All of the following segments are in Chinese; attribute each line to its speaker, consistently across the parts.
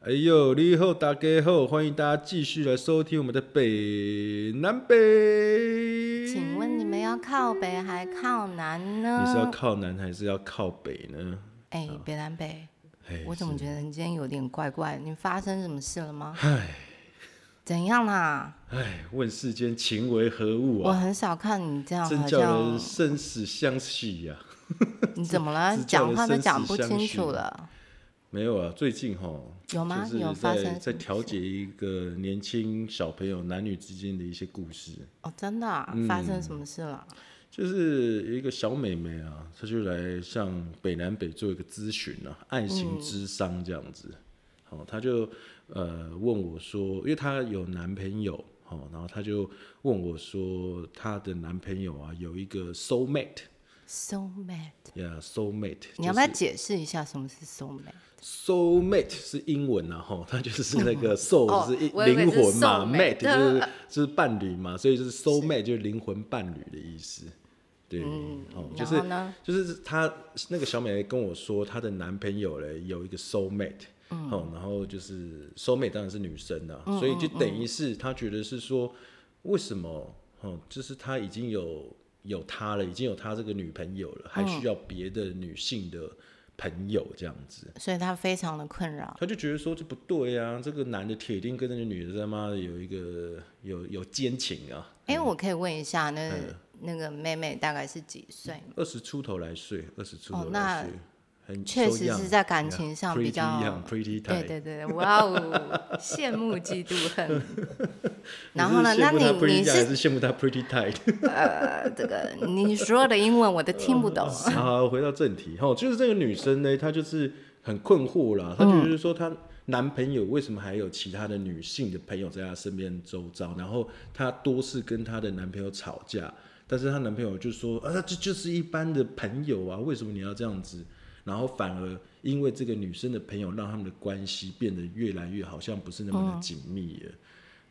Speaker 1: 哎呦，你好，大家好，欢迎大家继续来收听我们的北南北。
Speaker 2: 请问你们要靠北还靠南呢？
Speaker 1: 你是要靠南还是要靠北呢？
Speaker 2: 哎、北南北，
Speaker 1: 哎，
Speaker 2: 我怎么觉得你今天有点怪怪？你发生什么事了吗？
Speaker 1: 唉
Speaker 2: 怎样啦？
Speaker 1: 唉，哎问世间情为何物
Speaker 2: 我
Speaker 1: 啊？
Speaker 2: 很少看你这 样，
Speaker 1: 真
Speaker 2: 好
Speaker 1: 叫人
Speaker 2: 像
Speaker 1: 生死相许啊呀、
Speaker 2: 你怎么 了？
Speaker 1: 真叫
Speaker 2: 讲
Speaker 1: 人
Speaker 2: 话都
Speaker 1: 生死
Speaker 2: 讲不
Speaker 1: 相
Speaker 2: 清
Speaker 1: 许
Speaker 2: 楚了。
Speaker 1: 没有啊，最近哈，
Speaker 2: 有吗
Speaker 1: 就是
Speaker 2: 有发
Speaker 1: 在
Speaker 2: 生
Speaker 1: 在
Speaker 2: 什么
Speaker 1: 调
Speaker 2: 事
Speaker 1: 解一个年轻小朋友男女之间的一些故事。
Speaker 2: 哦，真的、啊
Speaker 1: 嗯
Speaker 2: 发生什么事了？
Speaker 1: 就是有一个小美眉啊，她就来向北南北做一个咨询啊，爱情智商这样子。好、
Speaker 2: 嗯
Speaker 1: 她就呃问我说，因为她有男朋友，好、然后她就问我说，她的男朋友啊有一个 soul mate，
Speaker 2: s o mad，
Speaker 1: 呀、soul mate，
Speaker 2: 你要不要解释一下什么是 so mad？
Speaker 1: soul mate 是英文啊，吼， 它就是那个 soul、
Speaker 2: 哦
Speaker 1: 是一
Speaker 2: 我以为
Speaker 1: 灵
Speaker 2: 是嗯
Speaker 1: 魂嘛
Speaker 2: soul
Speaker 1: ，mate
Speaker 2: mate
Speaker 1: 就是就是伴侣嘛，所以就是 soul mate 就是灵魂伴侣的意思。对，哦，就
Speaker 2: 嗯然
Speaker 1: 是
Speaker 2: 后呢
Speaker 1: 就是她那个小美眉跟我说，她的男朋友嘞有一个 soul mate，哦，
Speaker 2: 嗯
Speaker 1: 然后就是 soul mate 当然是女生啦、所以就等
Speaker 2: 嗯
Speaker 1: 于是她觉得是说，为什么哦，就是她已经有有她了，已经有她这个女朋友了，还
Speaker 2: 嗯
Speaker 1: 需要别的女性的朋友这样子。
Speaker 2: 所以他非常的困扰。
Speaker 1: 他就觉得说这不对啊，这个男的铁定跟那个女的他妈的有一个有有奸情啊，
Speaker 2: 哎、我可以问一下，那、
Speaker 1: 嗯
Speaker 2: 那个妹妹大概是几岁？
Speaker 1: 二十出头来睡，二十出
Speaker 2: 哦
Speaker 1: 头
Speaker 2: 那
Speaker 1: 来睡，很
Speaker 2: 确实
Speaker 1: so young，
Speaker 2: 是在感情
Speaker 1: yeah，
Speaker 2: 上比较
Speaker 1: pretty young，pretty
Speaker 2: 对
Speaker 1: tight，
Speaker 2: 对 对，哇哦，羡慕嫉妒恨。
Speaker 1: 你
Speaker 2: 然
Speaker 1: 是
Speaker 2: 后呢？
Speaker 1: 羡
Speaker 2: 那
Speaker 1: 慕他
Speaker 2: 你
Speaker 1: pretty
Speaker 2: 你
Speaker 1: young 还
Speaker 2: 是
Speaker 1: 是羡慕他 pretty tight？
Speaker 2: 呃，这个你说的英文我都听不懂。
Speaker 1: 好，回到正题哈，就是这个女生呢，她就是很困惑啦，她就是说她男朋友为什么还有其他的女性的朋友在她身边周遭，然后她多次跟她的男朋友吵架，但是她男朋友就说啊，这就是一般的朋友啊，为什么你要这样子？然后反而因为这个女生的朋友，让他们的关系变得越来越好像不是那么的紧密了。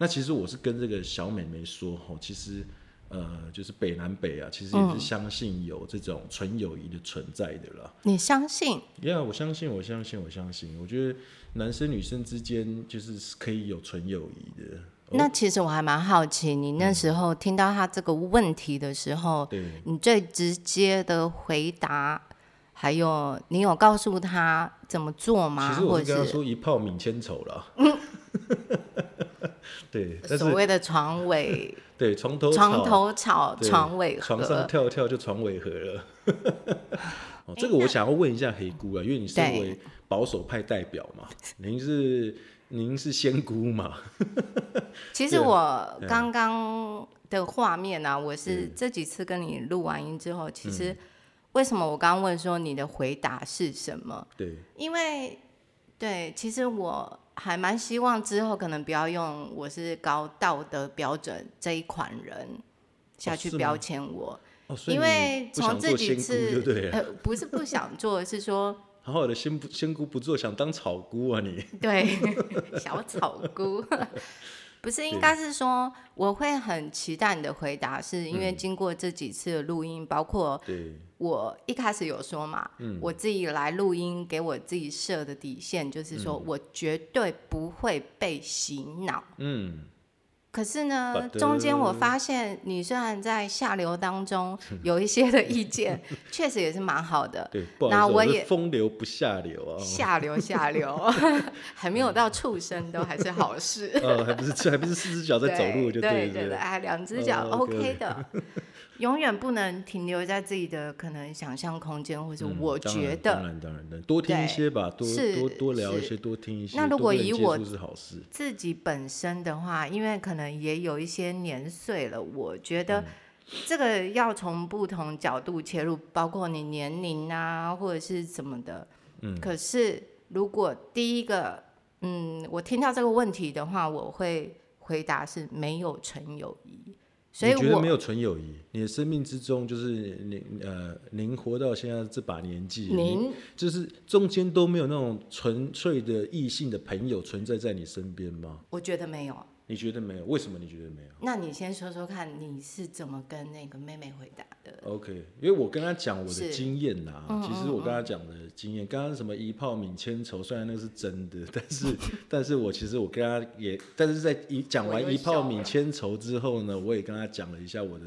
Speaker 1: 那其实我是跟这个小美眉说，吼，其实呃，就是北南北啊，其实
Speaker 2: 嗯
Speaker 1: 也是相信有这种纯友谊的存在的啦。
Speaker 2: 你相信？
Speaker 1: 呀、我相信，我相信，我相信，我觉得男生女生之间就是是可以有纯友谊的。
Speaker 2: 那其实我还蛮好奇，你那时候听到他这个问题的时候，
Speaker 1: 嗯对，
Speaker 2: 你最直接的回答，还有你有告诉他怎么做吗？
Speaker 1: 其实我
Speaker 2: 或
Speaker 1: 是跟他
Speaker 2: 者是嗯
Speaker 1: 说一炮泯千愁啦。 对，但
Speaker 2: 所
Speaker 1: 是
Speaker 2: 谓的床尾、
Speaker 1: 对床 头
Speaker 2: 床
Speaker 1: 草
Speaker 2: 头草、
Speaker 1: 对
Speaker 2: 床尾
Speaker 1: 床上
Speaker 2: 和？
Speaker 1: 跳一跳就床尾和了。 哦，这个我想要问一下黑姑啊，因为你身
Speaker 2: 哎对
Speaker 1: 为保守派代表嘛，您是您是仙姑嘛？
Speaker 2: 其实
Speaker 1: 对嗯
Speaker 2: 我刚刚的画面呢、啊，我是这几次跟你录完音之后，其实为什么我刚刚问说你的回答是什么？
Speaker 1: 对，
Speaker 2: 因为对，其实我还蛮希望之后可能不要用我是高道德标准这一款人下去
Speaker 1: 哦是吗
Speaker 2: 标签我，
Speaker 1: 哦，所以
Speaker 2: 因
Speaker 1: 你
Speaker 2: 为
Speaker 1: 不
Speaker 2: 从
Speaker 1: 想
Speaker 2: 这
Speaker 1: 做
Speaker 2: 几
Speaker 1: 仙姑
Speaker 2: 次
Speaker 1: 就对了。
Speaker 2: 呃不是不想做，是说
Speaker 1: 好好的仙不仙姑不做，想当草姑啊 你？
Speaker 2: 对 小草菇。不是，应该是说我会很期待你的回答，是因为经过这几次的录音，包括
Speaker 1: 对，
Speaker 2: 我一开始有说嘛，我自己来录音，给我自己设的底线就是说、我绝对不会被洗脑。
Speaker 1: 嗯，
Speaker 2: 可是
Speaker 1: 好
Speaker 2: 呢，
Speaker 1: 的
Speaker 2: 中间我发现你虽然在下流当中有一些的意见，确实也是蛮好的，
Speaker 1: 对，不好意思，
Speaker 2: 那我
Speaker 1: 是
Speaker 2: 也
Speaker 1: 风流不下流啊，
Speaker 2: 下流下流，还没有到畜生都还是好事。
Speaker 1: 呃，还不是还不是四只脚在走路就
Speaker 2: 对
Speaker 1: 对
Speaker 2: 对，
Speaker 1: 了，
Speaker 2: 哎，两只
Speaker 1: 哦
Speaker 2: 脚
Speaker 1: OK，OK
Speaker 2: OK 的，永远不能停留在自己的可能想象空间，或者
Speaker 1: 嗯
Speaker 2: 我
Speaker 1: 当
Speaker 2: 觉
Speaker 1: 然
Speaker 2: 得
Speaker 1: 当然当然，多听一
Speaker 2: 对
Speaker 1: 些吧，多
Speaker 2: 是
Speaker 1: 多多聊一
Speaker 2: 是
Speaker 1: 些，多听一些，
Speaker 2: 那如
Speaker 1: 多
Speaker 2: 果
Speaker 1: 跟人
Speaker 2: 以
Speaker 1: 接
Speaker 2: 我
Speaker 1: 触是好事，
Speaker 2: 自己本身的话，因为可能也有一些年岁了，我觉
Speaker 1: 嗯
Speaker 2: 得这个要从不同角度切入，包括你年龄啊，或者是怎么的。嗯，可是如果第一个，嗯，我听到这个问题的话，我会回答是没有纯友谊，所以
Speaker 1: 你觉得
Speaker 2: 我
Speaker 1: 没有纯友谊，你的生命之中就是您呃，您活到现在这把年纪，你
Speaker 2: 您
Speaker 1: 就是中间都没有那种纯粹的异性的朋友存在在你身边吗？
Speaker 2: 我觉得没有，啊
Speaker 1: 你觉得没有？为什么你觉得没有？
Speaker 2: 那你先说说看，你是怎么跟那个妹妹回答的？
Speaker 1: OK，因为我跟他讲我的
Speaker 2: 是
Speaker 1: 经验呐、
Speaker 2: 嗯
Speaker 1: 其实我跟他讲的经验，刚刚什么一炮泯千愁，虽然那个是真的，但 是但是我其实我跟他也，但是在一讲
Speaker 2: 我
Speaker 1: 完
Speaker 2: 又
Speaker 1: 一炮
Speaker 2: 笑
Speaker 1: 泯
Speaker 2: 了
Speaker 1: 千愁之后
Speaker 2: 嗯
Speaker 1: 呢，我也跟他讲了一下我的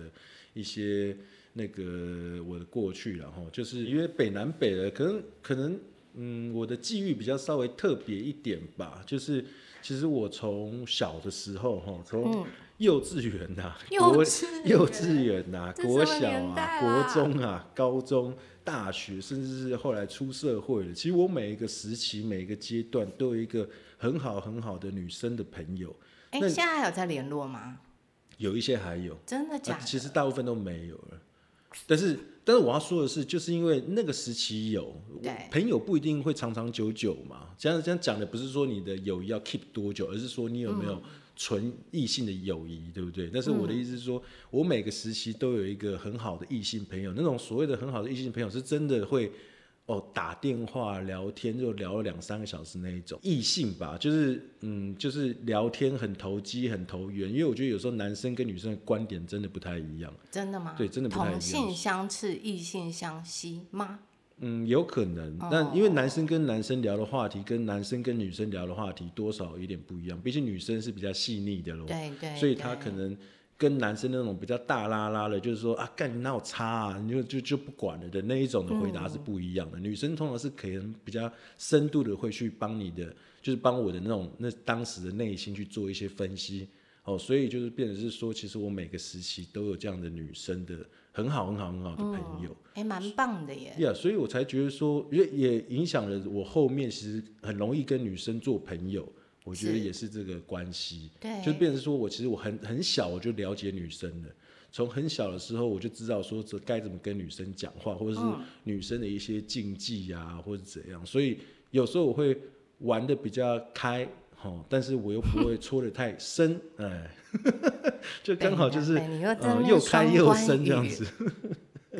Speaker 1: 一些那个我的过去啦，然后就是因为北南北的，可能可能嗯，我的际遇比较稍微特别一点吧，就是其实我从小的时候哈，
Speaker 2: 嗯
Speaker 1: 从幼稚园呐、
Speaker 2: 幼
Speaker 1: 国
Speaker 2: 稚
Speaker 1: 幼稚园呐、
Speaker 2: 这
Speaker 1: 国
Speaker 2: 什么
Speaker 1: 小
Speaker 2: 年代
Speaker 1: 啊、
Speaker 2: 啊
Speaker 1: 国中啊、高中、大学，甚至是后来出社会了。其实我每一个时期、每一个阶段都有一个很好很好的女生的朋友，
Speaker 2: 哎、
Speaker 1: 那
Speaker 2: 现在还有在联络吗？
Speaker 1: 有一些还有。
Speaker 2: 真的假
Speaker 1: 啊
Speaker 2: 的？
Speaker 1: 其实大部分都没有了。但是，但是我要说的是，就是因为那个时期有
Speaker 2: 对
Speaker 1: 朋友不一定会长长久久嘛。这样这样讲的不是说你的友谊要 keep 多久，而是说你有没有纯异性的友谊，对不对？但是我的意思是说，我每个时期都有一个很好的异性朋友，那种所谓的很好的异性朋友，是真的会。哦，打电话聊天就聊了两三个小时那一种异性吧，就是嗯，就是聊天很投机，很投缘，因为我觉得有时候男生跟女生的观点真的不太一样，
Speaker 2: 真的吗？
Speaker 1: 对真的不太一样
Speaker 2: 同性相斥，异性相吸吗？
Speaker 1: 嗯，有可能，
Speaker 2: 哦
Speaker 1: 但因为男生跟男生聊的话题跟男生跟女生聊的话题多少有点不一样，毕竟女生是比较细腻的咯，
Speaker 2: 对对，
Speaker 1: 所以她
Speaker 2: 对
Speaker 1: 可能跟男生那种比较大拉拉的，就是说啊，干你哪有差啊，你就就就不管了的那一种的回答是
Speaker 2: 嗯
Speaker 1: 不一样的。女生通常是可能比较深度的会去帮你的，就是帮我的那种那当时的内心去做一些分析。哦，所以就是变成是说，其实我每个时期都有这样的女生的很好、很好、很好的朋友。
Speaker 2: 哎，蛮棒的耶。
Speaker 1: 呀所以我才觉得说，也也影响了我后面其实很容易跟女生做朋友，我觉得
Speaker 2: 是
Speaker 1: 也是这个关系，
Speaker 2: 对
Speaker 1: 就变成说我其实我很很小我就了解女生了。从很小的时候，我就知道说这该怎么跟女生讲话，或者是
Speaker 2: 嗯
Speaker 1: 女生的一些禁忌呀、或者怎样。所以有时候我会玩的比较开，哦，但是我又不会戳的太深， 哎，就刚好就是
Speaker 2: 北南北你又在那
Speaker 1: 呃
Speaker 2: 边
Speaker 1: 又开又
Speaker 2: 双关
Speaker 1: 深这样
Speaker 2: 语
Speaker 1: 子。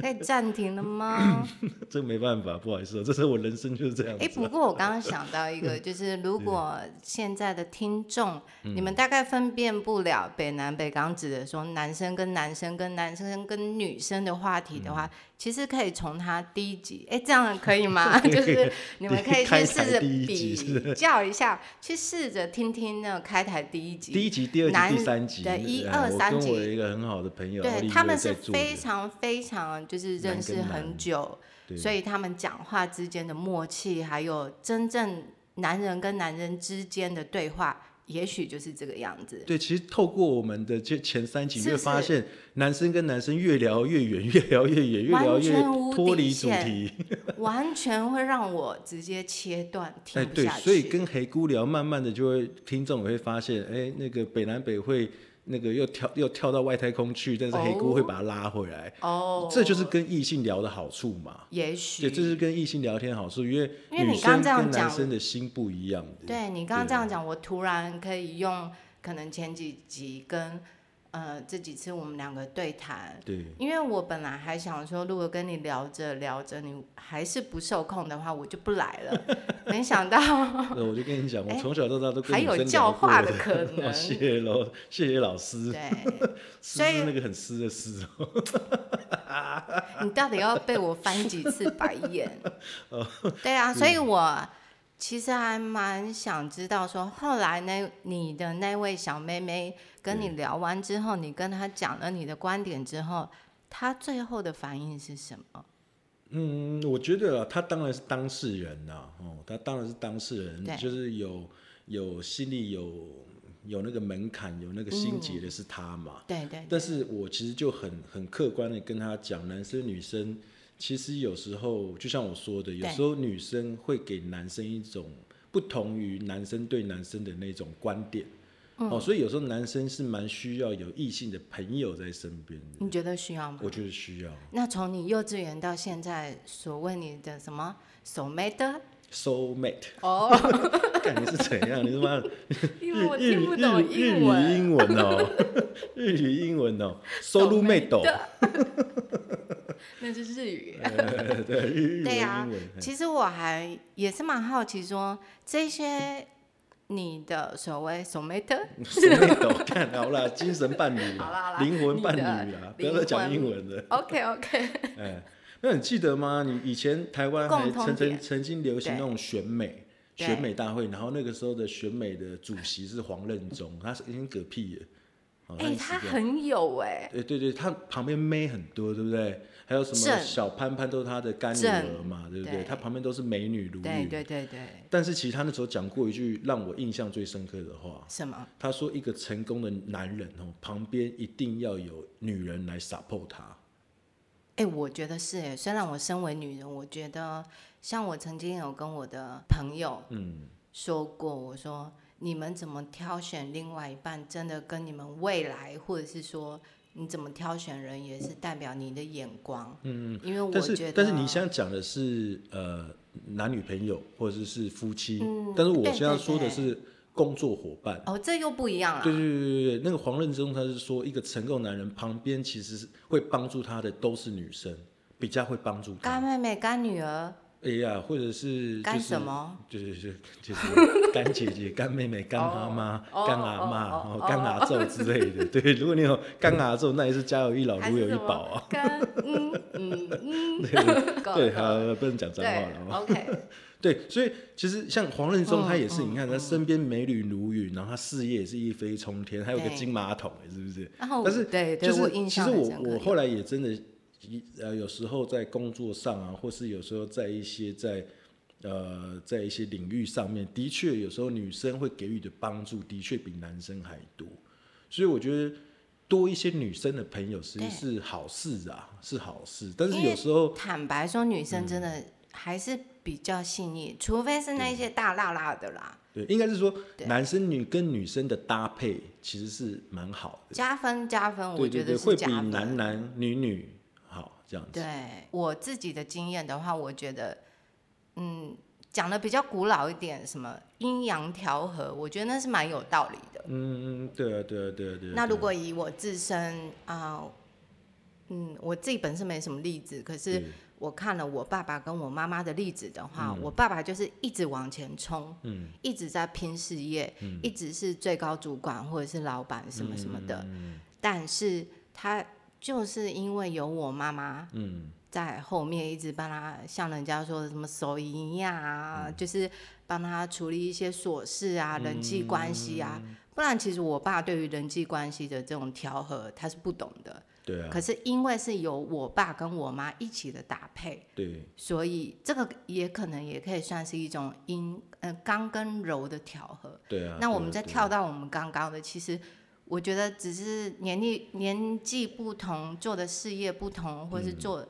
Speaker 2: 可以暂停 了吗？
Speaker 1: 这没办法，不好意思哦，这是我嗯人生就是这样子
Speaker 2: 哎，不过我刚刚想到 一个，就是如果现在的听众，你
Speaker 1: 嗯
Speaker 2: 们大概分辨不了北南北刚指的说男生跟男生跟男生跟女生的话题
Speaker 1: 嗯
Speaker 2: 的话，其实可以从他第一集，哎，这样可 以吗？就是你们可以去试
Speaker 1: 开
Speaker 2: 着
Speaker 1: 台第一集是
Speaker 2: 比较一下，去试着听听那个开台第一集。
Speaker 1: 第一集、第二
Speaker 2: 男
Speaker 1: 集、第三集，
Speaker 2: 对一
Speaker 1: 哎
Speaker 2: 二
Speaker 1: 我
Speaker 2: 三
Speaker 1: 跟我
Speaker 2: 集
Speaker 1: 一个很好的朋友，
Speaker 2: 对
Speaker 1: 利
Speaker 2: 他们
Speaker 1: 在
Speaker 2: 是
Speaker 1: 做的
Speaker 2: 非常非常就是
Speaker 1: 男
Speaker 2: 认
Speaker 1: 跟
Speaker 2: 识
Speaker 1: 男
Speaker 2: 很久，
Speaker 1: 对
Speaker 2: 所以他们讲话之间的默契，还有真正男人跟男人之间的对话，也许就是这个样 子。
Speaker 1: 对，其实透过我们的这前三集，你
Speaker 2: 是
Speaker 1: 会
Speaker 2: 不
Speaker 1: 发
Speaker 2: 是
Speaker 1: 现男生跟男生越聊越远， 越聊越远，越
Speaker 2: 完
Speaker 1: 聊越
Speaker 2: 全无
Speaker 1: 脱
Speaker 2: 底
Speaker 1: 离主
Speaker 2: 线
Speaker 1: 题。
Speaker 2: 完全会让我直接切断，
Speaker 1: 哎，
Speaker 2: 听不
Speaker 1: 对，
Speaker 2: 下去。
Speaker 1: 所以跟黑姑聊，慢慢的就会听众也会发现，哎，那个北南北会那个又跳又跳到外太空去，但是黑姑会
Speaker 2: 哦
Speaker 1: 把他拉回来，
Speaker 2: 哦，
Speaker 1: 这就是跟异性聊的好处嘛。
Speaker 2: 也
Speaker 1: 对，
Speaker 2: 许
Speaker 1: 这是跟异性聊天的好处，因为
Speaker 2: 因为
Speaker 1: 女
Speaker 2: 你刚
Speaker 1: 生
Speaker 2: 这样
Speaker 1: 跟男
Speaker 2: 讲
Speaker 1: 生的心不一样的。
Speaker 2: 对你刚刚
Speaker 1: 对
Speaker 2: 这样讲，我突然可以用可能前几集跟呃这几次我们两个对谈，
Speaker 1: 对，
Speaker 2: 因为我本来还想说，如果跟你聊着聊着，你还是不受控的话，我就不来了。没 想到
Speaker 1: 那我就跟你讲，我
Speaker 2: 哎
Speaker 1: 从小到大都跟
Speaker 2: 还
Speaker 1: 女
Speaker 2: 有
Speaker 1: 生
Speaker 2: 教
Speaker 1: 聊过
Speaker 2: 化
Speaker 1: 的
Speaker 2: 的可
Speaker 1: 哦
Speaker 2: 能
Speaker 1: 谢谢喽，谢谢老师，
Speaker 2: 对，
Speaker 1: 是
Speaker 2: 所以
Speaker 1: 那个很湿的湿哦。
Speaker 2: 你到底要被我翻几次白眼？
Speaker 1: 哦
Speaker 2: 对啊，所以
Speaker 1: 嗯
Speaker 2: 我其实还蛮想知道说，后来那你的那位小妹妹跟
Speaker 1: 嗯
Speaker 2: 你聊完之后，你跟她讲了你的观点之后，她最后的反应是什么？
Speaker 1: 嗯，我觉得啊，他当然是当事人呐、哦，他当然是当事人，
Speaker 2: 对
Speaker 1: 就是有有心里有有那个门槛，有那个心结的是他嘛。
Speaker 2: 对对
Speaker 1: 但是我其实就很很客观的跟他讲，男生女生其实有时候就像我说的，有时候女生会给男生一种不同于男生对男生的那种观点。
Speaker 2: 嗯
Speaker 1: 哦，所以有时候男生是蛮需要有异性的朋友在身边的，
Speaker 2: 你觉得需要吗？
Speaker 1: 我觉得需要。
Speaker 2: 那从你幼稚园到现在，所谓你的什么手妹的
Speaker 1: Soul mate，
Speaker 2: 哦，
Speaker 1: 感觉是怎样？你他妈
Speaker 2: 因为我
Speaker 1: 日
Speaker 2: 听
Speaker 1: 日
Speaker 2: 不
Speaker 1: 日
Speaker 2: 懂
Speaker 1: 日
Speaker 2: 英
Speaker 1: 语
Speaker 2: 文。
Speaker 1: 英文 哦，日语英文哦，Soul 哦 mate，
Speaker 2: 那是日语。
Speaker 1: 呃 对日日文
Speaker 2: 对呀啊
Speaker 1: 英文，
Speaker 2: 其实我还也是蛮好奇说，这些你的所谓 soulmate，
Speaker 1: 所以都看好啦，精神伴侣
Speaker 2: 好啦好
Speaker 1: 啦，
Speaker 2: 啦
Speaker 1: 灵魂伴
Speaker 2: 你
Speaker 1: 侣
Speaker 2: 的
Speaker 1: 啦，不要再讲
Speaker 2: 灵
Speaker 1: 英
Speaker 2: 魂
Speaker 1: 文了。
Speaker 2: OK OK，
Speaker 1: 哎，那你记得吗？你以前台湾还
Speaker 2: 共通
Speaker 1: 曾曾
Speaker 2: 点
Speaker 1: 曾经流行
Speaker 2: 对
Speaker 1: 那种选美
Speaker 2: 对
Speaker 1: 选美大会，然后那个时候的选美的主席是黄任中，他是已经嗝屁了。好
Speaker 2: 哎、
Speaker 1: 已经死
Speaker 2: 他
Speaker 1: 掉
Speaker 2: 很有哎、
Speaker 1: 对对对，他旁边妹很多，对不对？还有什么
Speaker 2: 正
Speaker 1: 小潘潘都是他的干女儿嘛，对不对？
Speaker 2: 对
Speaker 1: 他旁边都是美女如
Speaker 2: 对
Speaker 1: 云。
Speaker 2: 对对对，
Speaker 1: 但是其实他那时候讲过一句让我印象最深刻的话，
Speaker 2: 什么？
Speaker 1: 他说：“一个成功的男人哦，旁边一定要有女人来 support 他。
Speaker 2: 哎、我觉得是哎、虽然我身为女人，我觉得像我曾经有跟我的朋友
Speaker 1: 嗯，
Speaker 2: 说过，我说你们怎么挑选另外一半，真的跟你们未来，或者是说你怎么挑选人，也是代表你的眼光。嗯，因为我
Speaker 1: 但
Speaker 2: 觉
Speaker 1: 是
Speaker 2: 得，
Speaker 1: 但是你现在讲的是呃男女朋友或者是是夫妻，
Speaker 2: 嗯
Speaker 1: 但是我
Speaker 2: 对
Speaker 1: 现在
Speaker 2: 对
Speaker 1: 说的
Speaker 2: 对
Speaker 1: 是工作伙伴。
Speaker 2: 哦，这又不一样了。
Speaker 1: 对对对对对，那个黄任中他是说，一个成功男人旁边其实是会帮助他的都是女生，比较会帮助
Speaker 2: 干
Speaker 1: 他。
Speaker 2: 妹妹、干女儿，
Speaker 1: 哎呀，或者是就是
Speaker 2: 干什么？
Speaker 1: 就是就是就是干姐姐、干妹妹、干妈妈、
Speaker 2: 哦
Speaker 1: 干阿妈、
Speaker 2: 哦哦
Speaker 1: 然
Speaker 2: 哦
Speaker 1: 后干阿咒之类 的。对，如果你有干阿咒，那也是家有一老
Speaker 2: 还
Speaker 1: 如有
Speaker 2: 是
Speaker 1: 一
Speaker 2: 什么
Speaker 1: 宝啊。
Speaker 2: 干嗯嗯嗯， 够
Speaker 1: 对，
Speaker 2: 了
Speaker 1: 好，不能讲脏话
Speaker 2: 对
Speaker 1: 了。哦
Speaker 2: ，OK，
Speaker 1: 对，所以其实像黄任中，
Speaker 2: 嗯
Speaker 1: 他也是，
Speaker 2: 嗯
Speaker 1: 你看他身边美女如云，然后他事业也是一飞冲天，还有个
Speaker 2: 对
Speaker 1: 金马桶，欸是不是？
Speaker 2: 然后
Speaker 1: 但是
Speaker 2: 哦对对，
Speaker 1: 就
Speaker 2: 我
Speaker 1: 是
Speaker 2: 印
Speaker 1: 其
Speaker 2: 象
Speaker 1: 实
Speaker 2: 很
Speaker 1: 我
Speaker 2: 深刻
Speaker 1: 我后来也真的，一呃，有时候在工作上啊，或是有时候在一些在呃在一些领域上面，的确有时候女生会给予的帮助，的确比男生还多。所以我觉得多一些女生的朋友是
Speaker 2: 对
Speaker 1: 是好事啊，是好事。但是
Speaker 2: 因为
Speaker 1: 有时候
Speaker 2: 坦白说，女
Speaker 1: 嗯
Speaker 2: 生真的还是比较细腻，除非是那些大辣辣的啦，
Speaker 1: 对，应该是说
Speaker 2: 对
Speaker 1: 男生女跟女生的搭配其实是蛮好的，
Speaker 2: 加分加分，我
Speaker 1: 对
Speaker 2: 觉
Speaker 1: 对
Speaker 2: 得
Speaker 1: 对，
Speaker 2: 是
Speaker 1: 会
Speaker 2: 加
Speaker 1: 比
Speaker 2: 分。
Speaker 1: 男男女女好这样子。
Speaker 2: 对我自己的经验的话，我觉得，嗯，讲的比较古老一点，什么阴阳调和，我觉得那是蛮有道理的。
Speaker 1: 嗯嗯，对啊对啊对啊对啊。
Speaker 2: 那
Speaker 1: 对
Speaker 2: 如
Speaker 1: 啊
Speaker 2: 果以我自身啊、嗯，我自己本身没什么例子，可是
Speaker 1: 对
Speaker 2: 我看了我爸爸跟我妈妈的例子的话，
Speaker 1: 嗯
Speaker 2: 我爸爸就是一直往前冲，
Speaker 1: 嗯。
Speaker 2: 一直在拼事业，一直是最高主管或者是老板什么什么的，
Speaker 1: 嗯
Speaker 2: 但是他就是因为有我妈妈
Speaker 1: 嗯
Speaker 2: 在后面一直帮他，像人家说的什么手淫呀、啊，
Speaker 1: 嗯
Speaker 2: 就是帮他处理一些琐事啊、人际关系啊。不然，其实我爸对于人际关系的这种调和，他是不懂的。
Speaker 1: 对啊，
Speaker 2: 可是因为是有我爸跟我妈一起的搭配，
Speaker 1: 对，
Speaker 2: 所以这个也可能也可以算是一种阴呃刚跟柔的调和。
Speaker 1: 对啊。
Speaker 2: 那我
Speaker 1: 对
Speaker 2: 们
Speaker 1: 啊
Speaker 2: 再
Speaker 1: 对啊
Speaker 2: 跳到我们刚刚的，其实我觉得只是年龄年纪不同，做的事业不同，或
Speaker 1: 嗯
Speaker 2: 是做、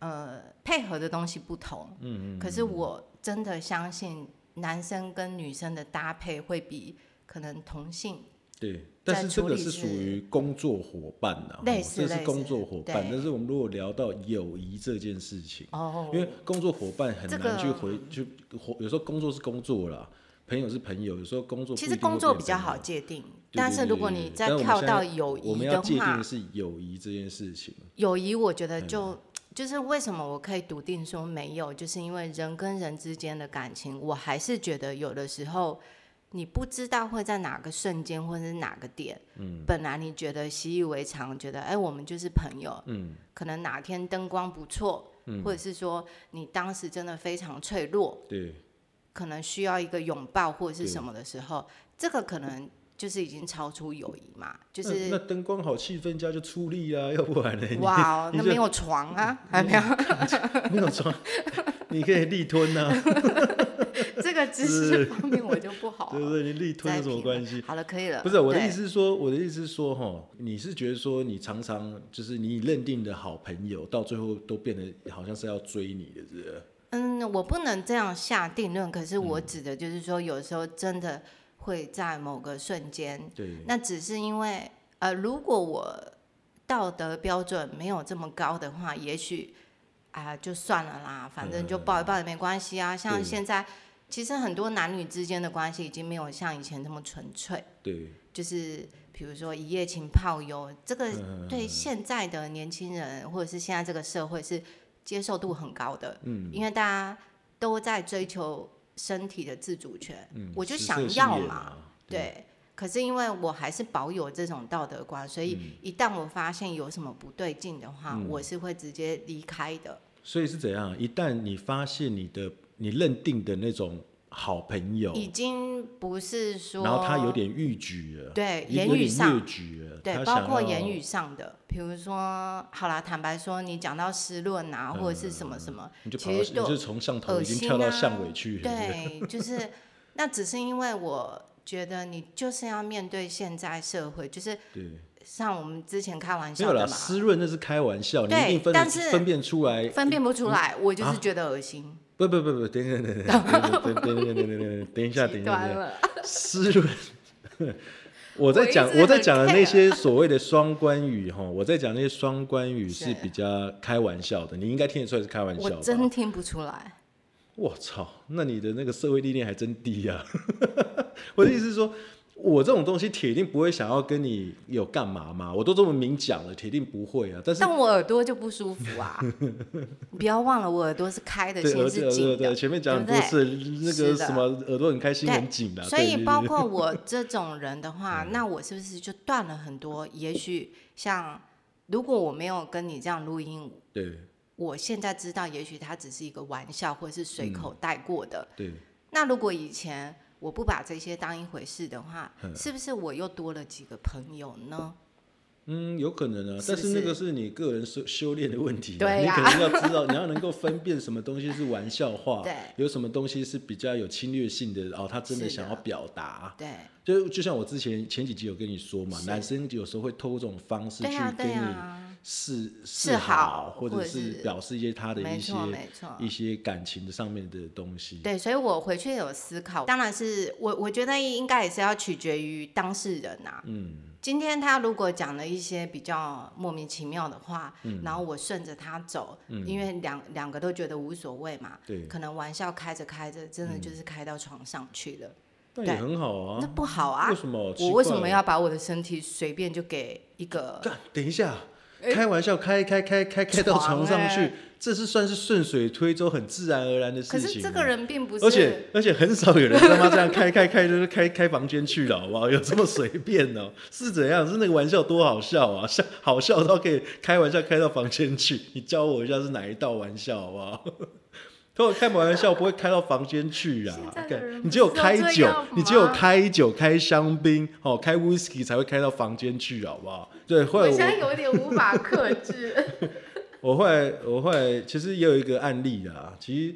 Speaker 2: 呃配合的东西不同。嗯嗯。可是我真的相信，男生跟女生的搭配会比可能同性
Speaker 1: 对，但是这
Speaker 2: 处
Speaker 1: 个
Speaker 2: 理
Speaker 1: 是属
Speaker 2: 是
Speaker 1: 于工作伙伴呐、
Speaker 2: 类
Speaker 1: 哦
Speaker 2: 似
Speaker 1: 这
Speaker 2: 类
Speaker 1: 是
Speaker 2: 似
Speaker 1: 工作伙伴。
Speaker 2: 对
Speaker 1: 但是我们如果聊到友谊这件事情，
Speaker 2: 哦
Speaker 1: 因为工作伙伴很
Speaker 2: 这
Speaker 1: 难去
Speaker 2: 个
Speaker 1: 回去，活，有时候工作是工作啦，朋友是朋友，有时候工作
Speaker 2: 其
Speaker 1: 不
Speaker 2: 实
Speaker 1: 一定
Speaker 2: 工
Speaker 1: 会
Speaker 2: 作
Speaker 1: 变
Speaker 2: 比较
Speaker 1: 朋友
Speaker 2: 好。界定，
Speaker 1: 对
Speaker 2: 但
Speaker 1: 对
Speaker 2: 是
Speaker 1: 对
Speaker 2: 如果
Speaker 1: 对
Speaker 2: 你
Speaker 1: 对
Speaker 2: 再
Speaker 1: 但我们
Speaker 2: 跳
Speaker 1: 现
Speaker 2: 到
Speaker 1: 在
Speaker 2: 友
Speaker 1: 我们
Speaker 2: 谊
Speaker 1: 要
Speaker 2: 的
Speaker 1: 界定
Speaker 2: 话
Speaker 1: 的，是友谊这件事情。
Speaker 2: 友谊我觉得就、就是为什么我可以笃定说没有，就是因为人跟人之间的感情，我还是觉得有的时候你不知道会在哪个瞬间或者是哪个点，嗯，本来你觉得习以为常，觉得哎我们就是朋友，
Speaker 1: 嗯，
Speaker 2: 可能哪天灯光不错，或者是说你当时真的非常脆弱，
Speaker 1: 对
Speaker 2: 可能需要一个拥抱或者是
Speaker 1: 对
Speaker 2: 什么的时候，这个可能就是已经超出友谊嘛，就
Speaker 1: 那
Speaker 2: 是
Speaker 1: 那 灯光好，气氛佳就出力啊，要不然呢？你
Speaker 2: 哇哦，
Speaker 1: 你
Speaker 2: 那
Speaker 1: 就
Speaker 2: 没有 床啊，还没有。
Speaker 1: 没有床， 你可以力吞啊 呐、
Speaker 2: 这个知识方面我就不好
Speaker 1: 对不
Speaker 2: 了。
Speaker 1: 对？你力吞有什么关系？
Speaker 2: 好了，可以了。
Speaker 1: 不是我的
Speaker 2: 对
Speaker 1: 意，思是说，我的意思是说，哈，你是觉得说，你常常就是你认定的好朋友，到最后都变得好像是要追你的，是不是？
Speaker 2: 嗯，我不能这样下定论，可是
Speaker 1: 嗯
Speaker 2: 我指的就是说，有时候真的会在某个瞬间，
Speaker 1: 对，
Speaker 2: 那只是因为呃，如果我道德标准没有这么高的话，也许啊、就算了啦，反正就抱一抱也没关系啊。
Speaker 1: 嗯
Speaker 2: 像
Speaker 1: 对
Speaker 2: 现在，其实很多男女之间的关系已经没有像以前那么纯粹。
Speaker 1: 对，
Speaker 2: 就是比如说一夜情泡友，这个
Speaker 1: 嗯
Speaker 2: 对现在的年轻人或者是现在这个社会是接受度很高的，
Speaker 1: 嗯，
Speaker 2: 因为大家都在追求身体的自主权，
Speaker 1: 嗯，
Speaker 2: 我就
Speaker 1: 食
Speaker 2: 想
Speaker 1: 色性
Speaker 2: 要
Speaker 1: 也
Speaker 2: 嘛，对，可是因为我还是保有这种道德观，
Speaker 1: 嗯
Speaker 2: 所以一旦我发现有什么不对劲的话，我是会直接离开的。
Speaker 1: 所以是怎样？一旦你发现你的你认定的那种好朋友，
Speaker 2: 已经不是说，
Speaker 1: 然后他有点逾矩了，
Speaker 2: 对
Speaker 1: 有
Speaker 2: 言
Speaker 1: 有
Speaker 2: 语
Speaker 1: 点
Speaker 2: 上
Speaker 1: 越，矩了，
Speaker 2: 对，
Speaker 1: 他
Speaker 2: 包
Speaker 1: 想
Speaker 2: 括
Speaker 1: 要
Speaker 2: 言语上的，比如说，好啦，坦白说，你讲到诗论啊，或者是什么什么，
Speaker 1: 你就跑到，
Speaker 2: 其
Speaker 1: 你
Speaker 2: 实对我
Speaker 1: 就从上头
Speaker 2: 恶
Speaker 1: 已经
Speaker 2: 心
Speaker 1: 跳到
Speaker 2: 啊
Speaker 1: 巷尾去了。
Speaker 2: 对，就是那只是因为我觉得你就是要面对现在社会，就是
Speaker 1: 对，
Speaker 2: 像我们之前开玩
Speaker 1: 没
Speaker 2: 笑
Speaker 1: 有
Speaker 2: 的
Speaker 1: 啦，
Speaker 2: 嘛，
Speaker 1: 湿润那是开玩笑，你一
Speaker 2: 对
Speaker 1: 定分得
Speaker 2: 但是
Speaker 1: 分辨出来。
Speaker 2: 分辨不出来，我就是
Speaker 1: 啊
Speaker 2: 觉得恶心，
Speaker 1: 不不不不，等等等等等等等等等等，等一下等
Speaker 2: 极
Speaker 1: 一下
Speaker 2: 端
Speaker 1: 等一下，
Speaker 2: 了，
Speaker 1: 湿润。 我在
Speaker 2: 我一
Speaker 1: 讲
Speaker 2: 直
Speaker 1: 我在
Speaker 2: 很
Speaker 1: 讲的那
Speaker 2: care
Speaker 1: 些所谓的双关语哈，我在讲那些双关语是
Speaker 2: 是
Speaker 1: 比较开玩笑的，你应该听得出来是开玩
Speaker 2: 我
Speaker 1: 笑吧？
Speaker 2: 真听不出来。
Speaker 1: 我操，那你的那个社会历练还真低呀、 我的意思是说，我这种东西铁定不会想要跟你有干嘛嘛，我都这么明讲了，铁定不会啊。但是
Speaker 2: 但我耳朵就不舒服啊！你不要忘了，我耳朵是开的，
Speaker 1: 对，
Speaker 2: 心
Speaker 1: 耳
Speaker 2: 是
Speaker 1: 对
Speaker 2: 紧
Speaker 1: 对
Speaker 2: 的
Speaker 1: 对，。前面讲很多
Speaker 2: 对不
Speaker 1: 次，那个
Speaker 2: 是的
Speaker 1: 什么耳朵很开心
Speaker 2: 对
Speaker 1: 很紧的、啊，
Speaker 2: 所
Speaker 1: 对
Speaker 2: 以
Speaker 1: 对
Speaker 2: 包
Speaker 1: 对
Speaker 2: 括我这种人的
Speaker 1: 嗯
Speaker 2: 话，那我是不是就断了很多？也许像如果我没有跟你这样录音，
Speaker 1: 对
Speaker 2: 我现在知道，也许它只是一个玩笑，或是随口
Speaker 1: 嗯
Speaker 2: 带过的。
Speaker 1: 对
Speaker 2: 那如果以前我不把这些当一回事的话，
Speaker 1: 嗯
Speaker 2: 是不是我又多了几个朋友呢？
Speaker 1: 嗯，有可能啊，
Speaker 2: 是
Speaker 1: 但
Speaker 2: 不
Speaker 1: 是那
Speaker 2: 是
Speaker 1: 个是你个人修修炼的问题啊、
Speaker 2: 对
Speaker 1: 你
Speaker 2: 呀
Speaker 1: 可能要知道，你要能够分辨什么东西是玩笑话，
Speaker 2: 对
Speaker 1: 有什么东西是比较有侵略性的，哦，他真的
Speaker 2: 是的
Speaker 1: 想要表达，
Speaker 2: 对，
Speaker 1: 就就像我之前前几集有跟你说嘛，
Speaker 2: 是
Speaker 1: 男生有时候会透过这种方式
Speaker 2: 对
Speaker 1: 去
Speaker 2: 呀、
Speaker 1: 跟
Speaker 2: 对呀、
Speaker 1: 你示示
Speaker 2: 示好
Speaker 1: 或者
Speaker 2: 或者
Speaker 1: 是
Speaker 2: 是
Speaker 1: 表示一些他的一
Speaker 2: 没
Speaker 1: 些
Speaker 2: 错，没错。
Speaker 1: 一些感情的上面的东西。
Speaker 2: 对，所以我回去有思考，当然是我我觉得应该也是要取决于当事人啊呐、
Speaker 1: 嗯，
Speaker 2: 今天他如果讲了一些比较莫名其妙的话，
Speaker 1: 嗯
Speaker 2: 然后我顺着他走，因为两两个都觉得无所谓嘛，
Speaker 1: 对，
Speaker 2: 可能玩笑开着开着，真的就是开到床上去了，
Speaker 1: 那也
Speaker 2: 对
Speaker 1: 很好啊
Speaker 2: 那。不好啊
Speaker 1: 为！什么？奇
Speaker 2: 我
Speaker 1: 怪
Speaker 2: 为什么？要把我的身体随便就给一个？
Speaker 1: 干，等一下。
Speaker 2: 哎
Speaker 1: 开玩笑，开开开开开到床
Speaker 2: 床
Speaker 1: 上
Speaker 2: 哎
Speaker 1: 去，这是算是顺水推舟，很自然而然的
Speaker 2: 可
Speaker 1: 事情。啊
Speaker 2: 是这个人并不是，
Speaker 1: 而且而且很少有人他妈这样开开开就是开开房间去了，好不 好？有这么随便哦？是怎样？是那个玩笑多好笑啊， 笑好笑到可以开玩笑开到房间去？你教我一下是哪一道玩笑好不好？ 可我开玩笑不会开到房间去啊
Speaker 2: 现在！的
Speaker 1: 干
Speaker 2: 人
Speaker 1: 你
Speaker 2: 不
Speaker 1: 只有
Speaker 2: 是都
Speaker 1: 开
Speaker 2: 这
Speaker 1: 酒
Speaker 2: 样，
Speaker 1: 你只有
Speaker 2: 吗
Speaker 1: 开酒、开香槟、哦，开 whisky 才会开到房间去，好不好？对，后来我
Speaker 2: 有点无法克制。
Speaker 1: 我后来，我后来其实也有一个案例啦。其实，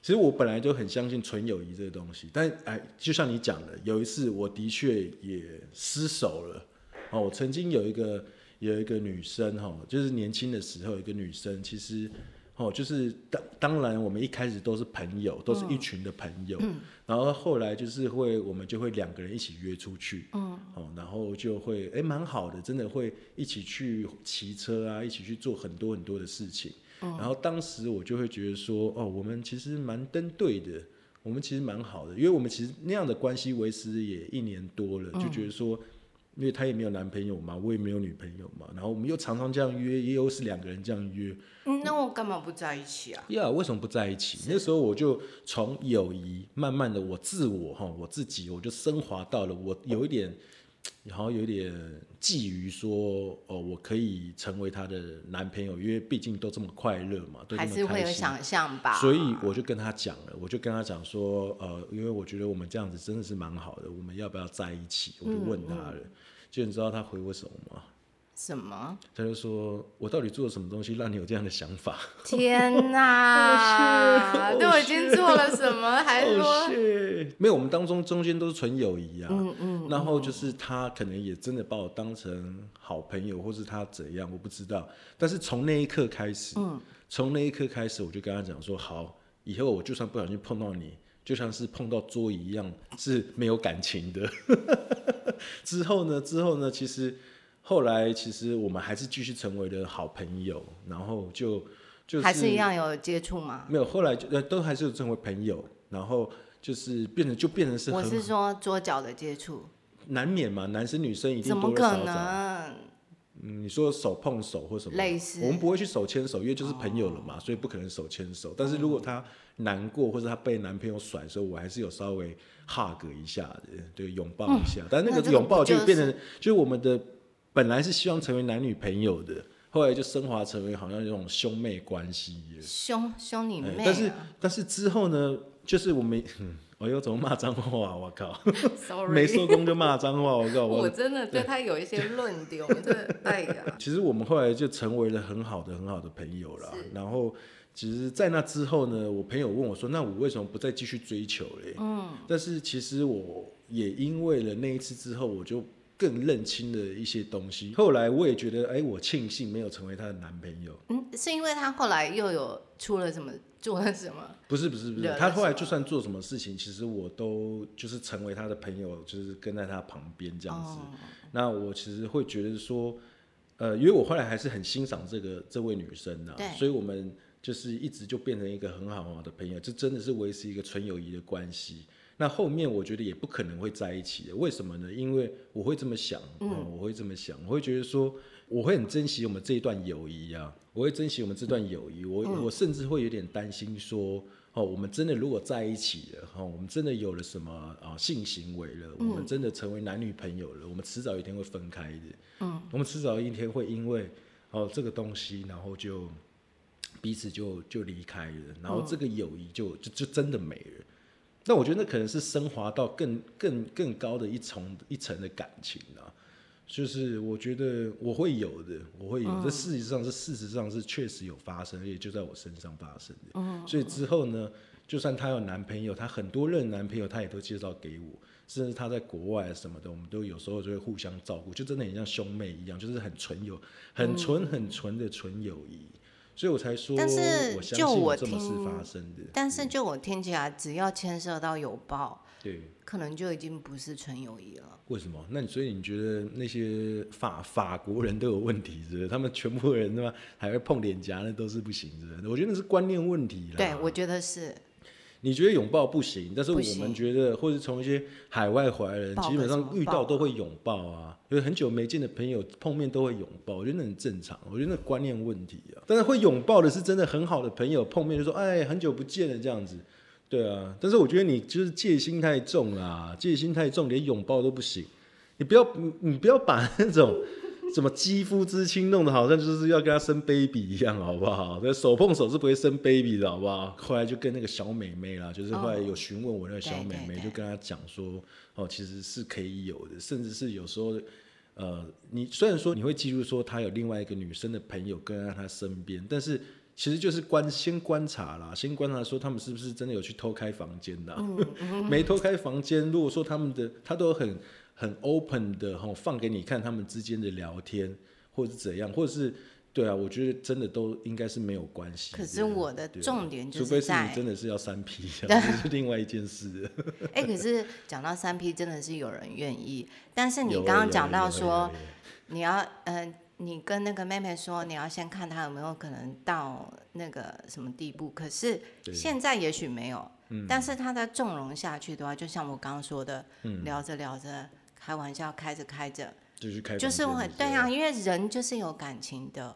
Speaker 1: 其实我本来就很相信纯友谊这个东西，但哎，就像你讲的，有一次我的确也失手了。哦，我曾经有一个有一个女生哈、哦，就是年轻的时候，有一个女生其实。哦，就是当当然，我们一开始都是朋友，都是一群的朋友，然后后来就是会，我们就会两个人一起约出去，
Speaker 2: 嗯，
Speaker 1: 哦，然后就会哎蛮好的，真的会一起去骑车啊，一起去做很多很多的事情。然后当时我就会觉得说，哦，我们其实蛮登对的，我们其实蛮好的，因为我们其实那样的关系维持也一年多了，就觉得说。因为她也没有男朋友嘛，我也没有女朋友嘛，然后我们又常常这样约，也有是两个人这样约，
Speaker 2: 嗯那我干嘛不在一起啊？
Speaker 1: 呀为什么不在一起？那时候我就从友谊慢慢的，我自我哈，我自己我就升华到了我有一点，然后有一点觊觎说，哦，我可以成为她的男朋友，因为毕竟都这么快乐嘛，都这
Speaker 2: 还是
Speaker 1: 么
Speaker 2: 会
Speaker 1: 开
Speaker 2: 有
Speaker 1: 心。
Speaker 2: 想象吧？
Speaker 1: 啊所以我就跟她讲了，我就跟她讲说，呃，因为我觉得我们这样子真的是蛮好的，我们要不要在一起？我就问她了，
Speaker 2: 嗯
Speaker 1: 就你知道她回我什么吗？
Speaker 2: 什么？
Speaker 1: 她就说我到底做了什么东西让你有这样的想法？
Speaker 2: 天 哪！
Speaker 1: Oh shit，
Speaker 2: 都已经做了什么，还
Speaker 1: 哦
Speaker 2: 说
Speaker 1: 是，没有，我们当中中间都是纯友谊啊。
Speaker 2: 嗯嗯，
Speaker 1: 然后就是他可能也真的把我当成好朋友，或是他怎样，我不知道。但是从那一刻开始，
Speaker 2: 嗯，
Speaker 1: 从那一刻开始，我就跟他讲说，好，以后我就算不小心碰到你，就像是碰到桌椅一样，是没有感情的。 之后呢，之后呢，其实后来其实我们还是继续成为了好朋友，然后就就是
Speaker 2: 还是一样有接触吗？
Speaker 1: 没有，后来就呃都还是成为朋友，然后就是变成就变成是
Speaker 2: 我
Speaker 1: 很
Speaker 2: 是说桌角的接触，
Speaker 1: 难免嘛，男生女生一定
Speaker 2: 怎
Speaker 1: 多多
Speaker 2: 么可
Speaker 1: 少少。
Speaker 2: 能？
Speaker 1: 嗯，你说手碰手或什么，
Speaker 2: 类似哦
Speaker 1: 我们不会去手牵手，因为就是朋友了嘛，所以不可能手牵手。但是如果她难过或者她被男朋友甩的时候，我还是有稍微 hug 一下的，对，拥抱一下。但那
Speaker 2: 嗯那这
Speaker 1: 个
Speaker 2: 个
Speaker 1: 拥抱
Speaker 2: 不
Speaker 1: 就
Speaker 2: 就是
Speaker 1: 变成，就是我们的本来是希望成为男女朋友的，后来就升华成为好像那种兄妹关系耶。
Speaker 2: 凶凶你
Speaker 1: 哎
Speaker 2: 妹、啊
Speaker 1: 但是但是之后呢，就是我 们，我又怎么骂脏话啊？我 靠，
Speaker 2: s o r r y
Speaker 1: 没收工就骂脏话，我靠， 我
Speaker 2: 我真的对他有 一些论点，我真的哎呀，
Speaker 1: 其实我们后来就成为了很好的、很好的朋友啦。然后，其实，在那之后呢，我朋友问我说：“那我为什么不再继续追求嘞？”嗯，但是其实我也因为了那一次之后，我就更认清了一些东西。后来我也觉得，哎，我庆幸没有成为她的男朋友。
Speaker 2: 嗯，是因为他后来又有出了什么，做了什 么？
Speaker 1: 不是不是不
Speaker 2: 惹
Speaker 1: 是
Speaker 2: 了，
Speaker 1: 她
Speaker 2: 什
Speaker 1: 后来
Speaker 2: 么
Speaker 1: 就算做什么事情，其实我都就是成为她的朋友，就是跟在她旁边这样子。
Speaker 2: 哦，
Speaker 1: 那我其实会觉得说，呃，因为我后来还是很欣赏这个这位女生呐、
Speaker 2: 对
Speaker 1: 所以我们就是一直就变成一个很好很好的朋友，这真的是维持一个纯友谊的关系。那后面我觉得也不可能会在一起的，为什么呢？因为我会这么想，嗯，我会这么想，我会觉得说，我会很珍惜我们这一段友谊啊，我会珍惜我们这段友谊，我、我甚至会有点担心说，哦，我们真的如果在一起了，哦，我们真的有了什么啊、性行为了，我们真的成为男女朋友了，我们迟早有一天会分开的，嗯，我们迟早有一天会因为哦这个东西，然后就彼此就就离开了，然后这个友谊就、就就真的没了。但我觉得那可能是升华到更更更高的一层一层的感情啊，就是我觉得我会有的，我会有，
Speaker 2: 嗯
Speaker 1: 这事实上是事实上是确实有发生，而且就在我身上发生的。
Speaker 2: 嗯
Speaker 1: 所以之后呢，就算她有男朋友，她很多任男朋友她也都介绍给我，甚至她在国外什么的，我们都有时候就会互相照顾，就真的很像兄妹一样，就是很纯
Speaker 2: 嗯
Speaker 1: 友、很纯、很纯的纯友谊。所以我才说，
Speaker 2: 但是
Speaker 1: 我相
Speaker 2: 就
Speaker 1: 信
Speaker 2: 我
Speaker 1: 这么是
Speaker 2: 听
Speaker 1: 发生的。
Speaker 2: 但是就我听起来，只要牵涉到有报，
Speaker 1: 对，
Speaker 2: 可能就已经不是纯友谊了。
Speaker 1: 为什么？那你所以你觉得那些法法国人都有问题，是不是？他们全部人他妈还会碰脸颊，那都是不行，是不是？我觉得那是观念问题啦。
Speaker 2: 对，我觉得是
Speaker 1: 你觉得拥抱不行，但是
Speaker 2: 不
Speaker 1: 我
Speaker 2: 行
Speaker 1: 们觉得，或者从一些海外回来的人，
Speaker 2: 抱个
Speaker 1: 基本
Speaker 2: 什么
Speaker 1: 上遇
Speaker 2: 抱
Speaker 1: 到
Speaker 2: 啊
Speaker 1: 都会拥抱啊，就是很久没见的朋友碰面都会拥抱，我觉得那很正常，我觉得那观念问题啊。但是会拥抱的是真的很好的朋友，碰面就说哎很久不见了这样子，对啊。但是我觉得你就是戒心太重啦、戒心太重，连拥抱都不行。你不要你你不要把那种 什么肌肤之亲弄得好像就是要跟他生 baby 一样，好不好？那手碰手是不会生 baby 的，好不好？后来就跟那个小美眉啦，就是后来有询问我那个小美
Speaker 2: 哦对对
Speaker 1: 眉，
Speaker 2: 对
Speaker 1: 就跟她讲说，哦，其实是可以有的，甚至是有时候。呃，你虽然说你会记住说他有另外一个女生的朋友跟在他身边，但是其实就是观先观察啦，先观察说他们是不是真的有去偷开房间的、啊
Speaker 2: 嗯
Speaker 1: 没偷开房间，如果说他们的他都很很 open 的吼、放给你看他们之间的聊天，或者是怎样，或者是对啊，我觉得真的都应该是没有关系的。
Speaker 2: 可是我的
Speaker 1: 对啊
Speaker 2: 重点就
Speaker 1: 除非
Speaker 2: 是
Speaker 1: 是
Speaker 2: 在
Speaker 1: 你真的是要三 P，这 是另外一件事了。
Speaker 2: 哎、可是讲到三 P，真的是有人愿意。但是你
Speaker 1: 有啊
Speaker 2: 刚
Speaker 1: 有
Speaker 2: 刚
Speaker 1: 啊
Speaker 2: 讲
Speaker 1: 有
Speaker 2: 到
Speaker 1: 啊有
Speaker 2: 说
Speaker 1: 啊，有啊
Speaker 2: 你要嗯、你跟那个妹妹说，你要先看她有没有可能到那个什么地步。可是
Speaker 1: 对嗯
Speaker 2: 现在也许没有，但是她在纵容下去的话，就像我刚刚说的，聊着聊着，开玩笑开着开着，
Speaker 1: 就嗯去开房间，
Speaker 2: 就是会对啊，因为人就是有感情的。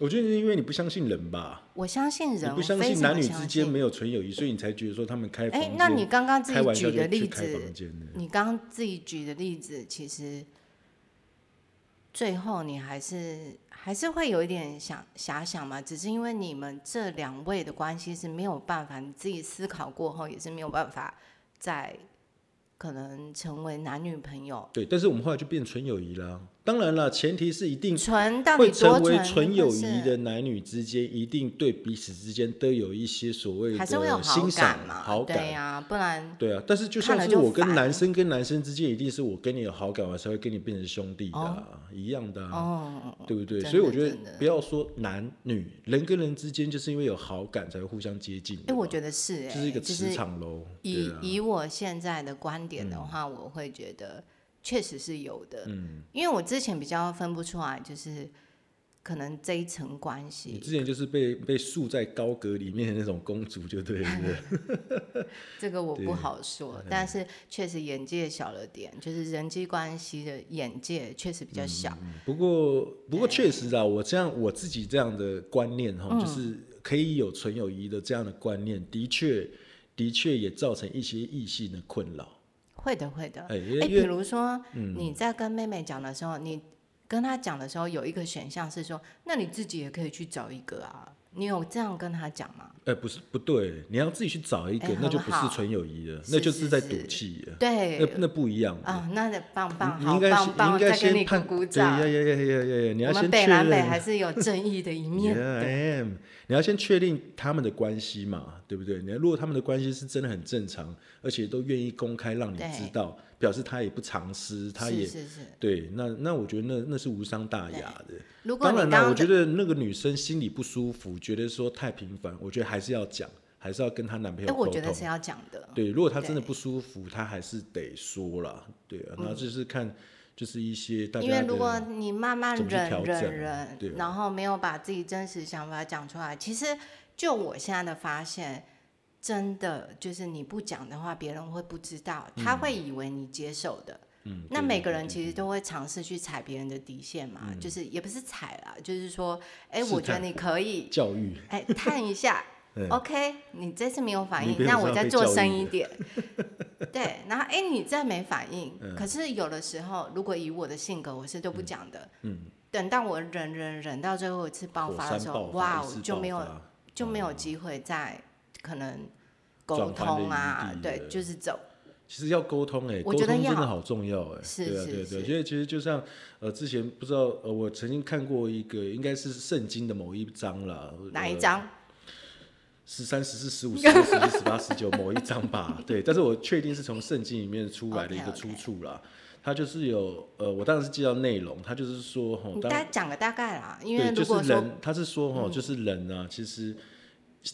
Speaker 1: 我觉得是因为你不相信人吧，
Speaker 2: 我相信
Speaker 1: 你
Speaker 2: 人，
Speaker 1: 不相
Speaker 2: 我非
Speaker 1: 信
Speaker 2: 常
Speaker 1: 男女
Speaker 2: 相
Speaker 1: 之间
Speaker 2: 信
Speaker 1: 没有纯友谊，所以你才觉得说他们开房
Speaker 2: 哎
Speaker 1: 间，，
Speaker 2: 那你刚刚自
Speaker 1: 开
Speaker 2: 己
Speaker 1: 玩笑
Speaker 2: 举
Speaker 1: 就
Speaker 2: 的
Speaker 1: 去
Speaker 2: 例
Speaker 1: 开
Speaker 2: 子
Speaker 1: 房，间的，
Speaker 2: 你刚刚自己举的例子，其实最后你还是还是会有一点想遐想嘛，只是因为你们这两位的关系是没有办法，你自己思考过后也是没有办法再可能成为男女朋友，
Speaker 1: 对。但是我们后来就变纯友谊啦，当然了，前提是一定
Speaker 2: 纯到
Speaker 1: 嗯
Speaker 2: 底
Speaker 1: 会
Speaker 2: 多
Speaker 1: 成为
Speaker 2: 纯
Speaker 1: 纯友
Speaker 2: 但
Speaker 1: 谊
Speaker 2: 是
Speaker 1: 的男女之间，一定对彼此之间都有一些所谓
Speaker 2: 还是会有
Speaker 1: 的
Speaker 2: 好
Speaker 1: 欣赏
Speaker 2: 感嘛，
Speaker 1: 好
Speaker 2: 对呀、不然
Speaker 1: 对啊，但是就像
Speaker 2: 看了
Speaker 1: 是
Speaker 2: 就
Speaker 1: 我跟
Speaker 2: 烦
Speaker 1: 男生跟男生之间，一定是我跟你有好感，我才会跟你变成兄弟的啊、一样的、啊。
Speaker 2: 哦，
Speaker 1: 对不对？
Speaker 2: 真
Speaker 1: 所以
Speaker 2: 的
Speaker 1: 我觉得
Speaker 2: 真的
Speaker 1: 不要说男女，人跟人之间就是因为有好感才会互相接近的嘛。
Speaker 2: 哎、我觉得是、哎，
Speaker 1: 这是一个
Speaker 2: 就
Speaker 1: 磁场喽。
Speaker 2: 以、
Speaker 1: 对啊
Speaker 2: 以我现在的观点的话，我会
Speaker 1: 嗯
Speaker 2: 觉得确实是有的，嗯，因为我之前比较分不出来，就是可能这一层关
Speaker 1: 你
Speaker 2: 系，
Speaker 1: 之前就是被被束在高阁里面的那种公主，就 对了，对不对？
Speaker 2: 这个我
Speaker 1: 对
Speaker 2: 不好
Speaker 1: 嗯
Speaker 2: 说，但是确实眼界小了点，就是人际关系的眼界确实比较小。
Speaker 1: 不过，不过确实啊，我这样我自己这样的观念哈，
Speaker 2: 嗯
Speaker 1: 就是可以有纯友谊的这样的观念，的确，的确也造成一些异性的困扰。
Speaker 2: 会的，会的。
Speaker 1: 哎因为
Speaker 2: 哎，
Speaker 1: 因
Speaker 2: 比
Speaker 1: 为嗯
Speaker 2: 如说你在跟妹妹讲的时候，你跟她讲的时候有一个选项是说，那你自己也可以去找一个啊。你有这样跟她讲吗？
Speaker 1: 哎、不是不对，你要自己去找一个，
Speaker 2: 哎
Speaker 1: 那就
Speaker 2: 很
Speaker 1: 不是
Speaker 2: 好
Speaker 1: 纯友谊了，
Speaker 2: 是
Speaker 1: 那就是
Speaker 2: 是
Speaker 1: 在赌
Speaker 2: 是
Speaker 1: 气了，
Speaker 2: 对
Speaker 1: 那那不一样的。
Speaker 2: 啊，那棒棒，
Speaker 1: 你你应
Speaker 2: 好
Speaker 1: 该
Speaker 2: 棒
Speaker 1: 先你
Speaker 2: 棒，
Speaker 1: 应该
Speaker 2: 再给你
Speaker 1: 先
Speaker 2: 鼓
Speaker 1: 判
Speaker 2: 鼓
Speaker 1: 对呀
Speaker 2: 掌。
Speaker 1: 呀呀呀呀呀！你要
Speaker 2: 我
Speaker 1: 先确
Speaker 2: 们北
Speaker 1: 认
Speaker 2: 南北还是有正义的一面
Speaker 1: Yeah,
Speaker 2: 的。
Speaker 1: I am。你要先确定他们的关系嘛，对不对？你如果他们的关系是真的很正常，而且都愿意公开让你
Speaker 2: 对
Speaker 1: 知道，表示他也不藏私，他也
Speaker 2: 是是是。
Speaker 1: 对。那那我觉得那那是无伤大雅的。
Speaker 2: 如果
Speaker 1: 当
Speaker 2: 你
Speaker 1: 然
Speaker 2: 刚
Speaker 1: 啦，
Speaker 2: 刚
Speaker 1: 我觉
Speaker 2: 的
Speaker 1: 得那个女生心里不舒服，觉得说太频繁，我觉得还是要讲，还是要跟她男朋
Speaker 2: 哎、
Speaker 1: 友沟
Speaker 2: 我觉得
Speaker 1: 通。
Speaker 2: 是要讲的。
Speaker 1: 对，如果她真的
Speaker 2: 对
Speaker 1: 不舒服，她还是得说啦。对啊，那就是看，就是一些大家
Speaker 2: 嗯因为
Speaker 1: 的
Speaker 2: 如果你慢慢
Speaker 1: 怎么去
Speaker 2: 忍
Speaker 1: 调整
Speaker 2: 忍忍
Speaker 1: 对啊，
Speaker 2: 然后没有把自己真实想法讲出来，其实就我现在的发现，真的就是你不讲的话，别人会不知道，他会以为你接受的。
Speaker 1: 嗯，
Speaker 2: 那
Speaker 1: 对嗯
Speaker 2: 每个人其实都会尝试去踩别人的底线嘛，就是也不是踩啦，就是说，哎、
Speaker 1: 试
Speaker 2: 我觉得
Speaker 1: 探
Speaker 2: 你可以，
Speaker 1: 教育，
Speaker 2: 哎，探 一下
Speaker 1: 嗯
Speaker 2: ，OK，你这次没有反
Speaker 1: 你
Speaker 2: 应，
Speaker 1: 不要
Speaker 2: 那
Speaker 1: 这
Speaker 2: 我
Speaker 1: 样
Speaker 2: 再
Speaker 1: 被
Speaker 2: 做
Speaker 1: 教育
Speaker 2: 深
Speaker 1: 的
Speaker 2: 一点。对，然后哎，你再没反应，可是有的时候，如果以我的性格，我是都不讲的。
Speaker 1: 嗯嗯，
Speaker 2: 等到我忍忍忍到最后一次爆
Speaker 1: 火
Speaker 2: 发的
Speaker 1: 山
Speaker 2: 时候
Speaker 1: 爆，
Speaker 2: 哇哦
Speaker 1: 发，一次，
Speaker 2: 就
Speaker 1: 爆
Speaker 2: 没有
Speaker 1: 发哦
Speaker 2: 就没有机会再可能
Speaker 1: 转
Speaker 2: 沟
Speaker 1: 圜的
Speaker 2: 通
Speaker 1: 余
Speaker 2: 啊
Speaker 1: 地，
Speaker 2: 对
Speaker 1: 了，
Speaker 2: 就是走。
Speaker 1: 其实要沟通哎、欸，沟
Speaker 2: 我觉
Speaker 1: 通
Speaker 2: 得
Speaker 1: 真的
Speaker 2: 要
Speaker 1: 好重要哎、欸。
Speaker 2: 是
Speaker 1: 对啊，对
Speaker 2: 是
Speaker 1: 啊对啊
Speaker 2: 是
Speaker 1: 所以其实就像呃，之前不知道呃，我曾经看过一个应该是圣经的某一章啦，呃
Speaker 2: 哪一？张？
Speaker 1: 哦十三、十四、十五、十六、十七、十八、十 九某一章吧。对，但是我确定是从圣经里面出来的一个
Speaker 2: OK，OK
Speaker 1: 出处啦。它就是有呃，我当然是记到内容，它就是说哈，
Speaker 2: 你
Speaker 1: 当
Speaker 2: 大讲个大概啦，因为
Speaker 1: 对，
Speaker 2: 如
Speaker 1: 就
Speaker 2: 果
Speaker 1: 是
Speaker 2: 说嗯
Speaker 1: 人，他是说哈，就是人啊，其实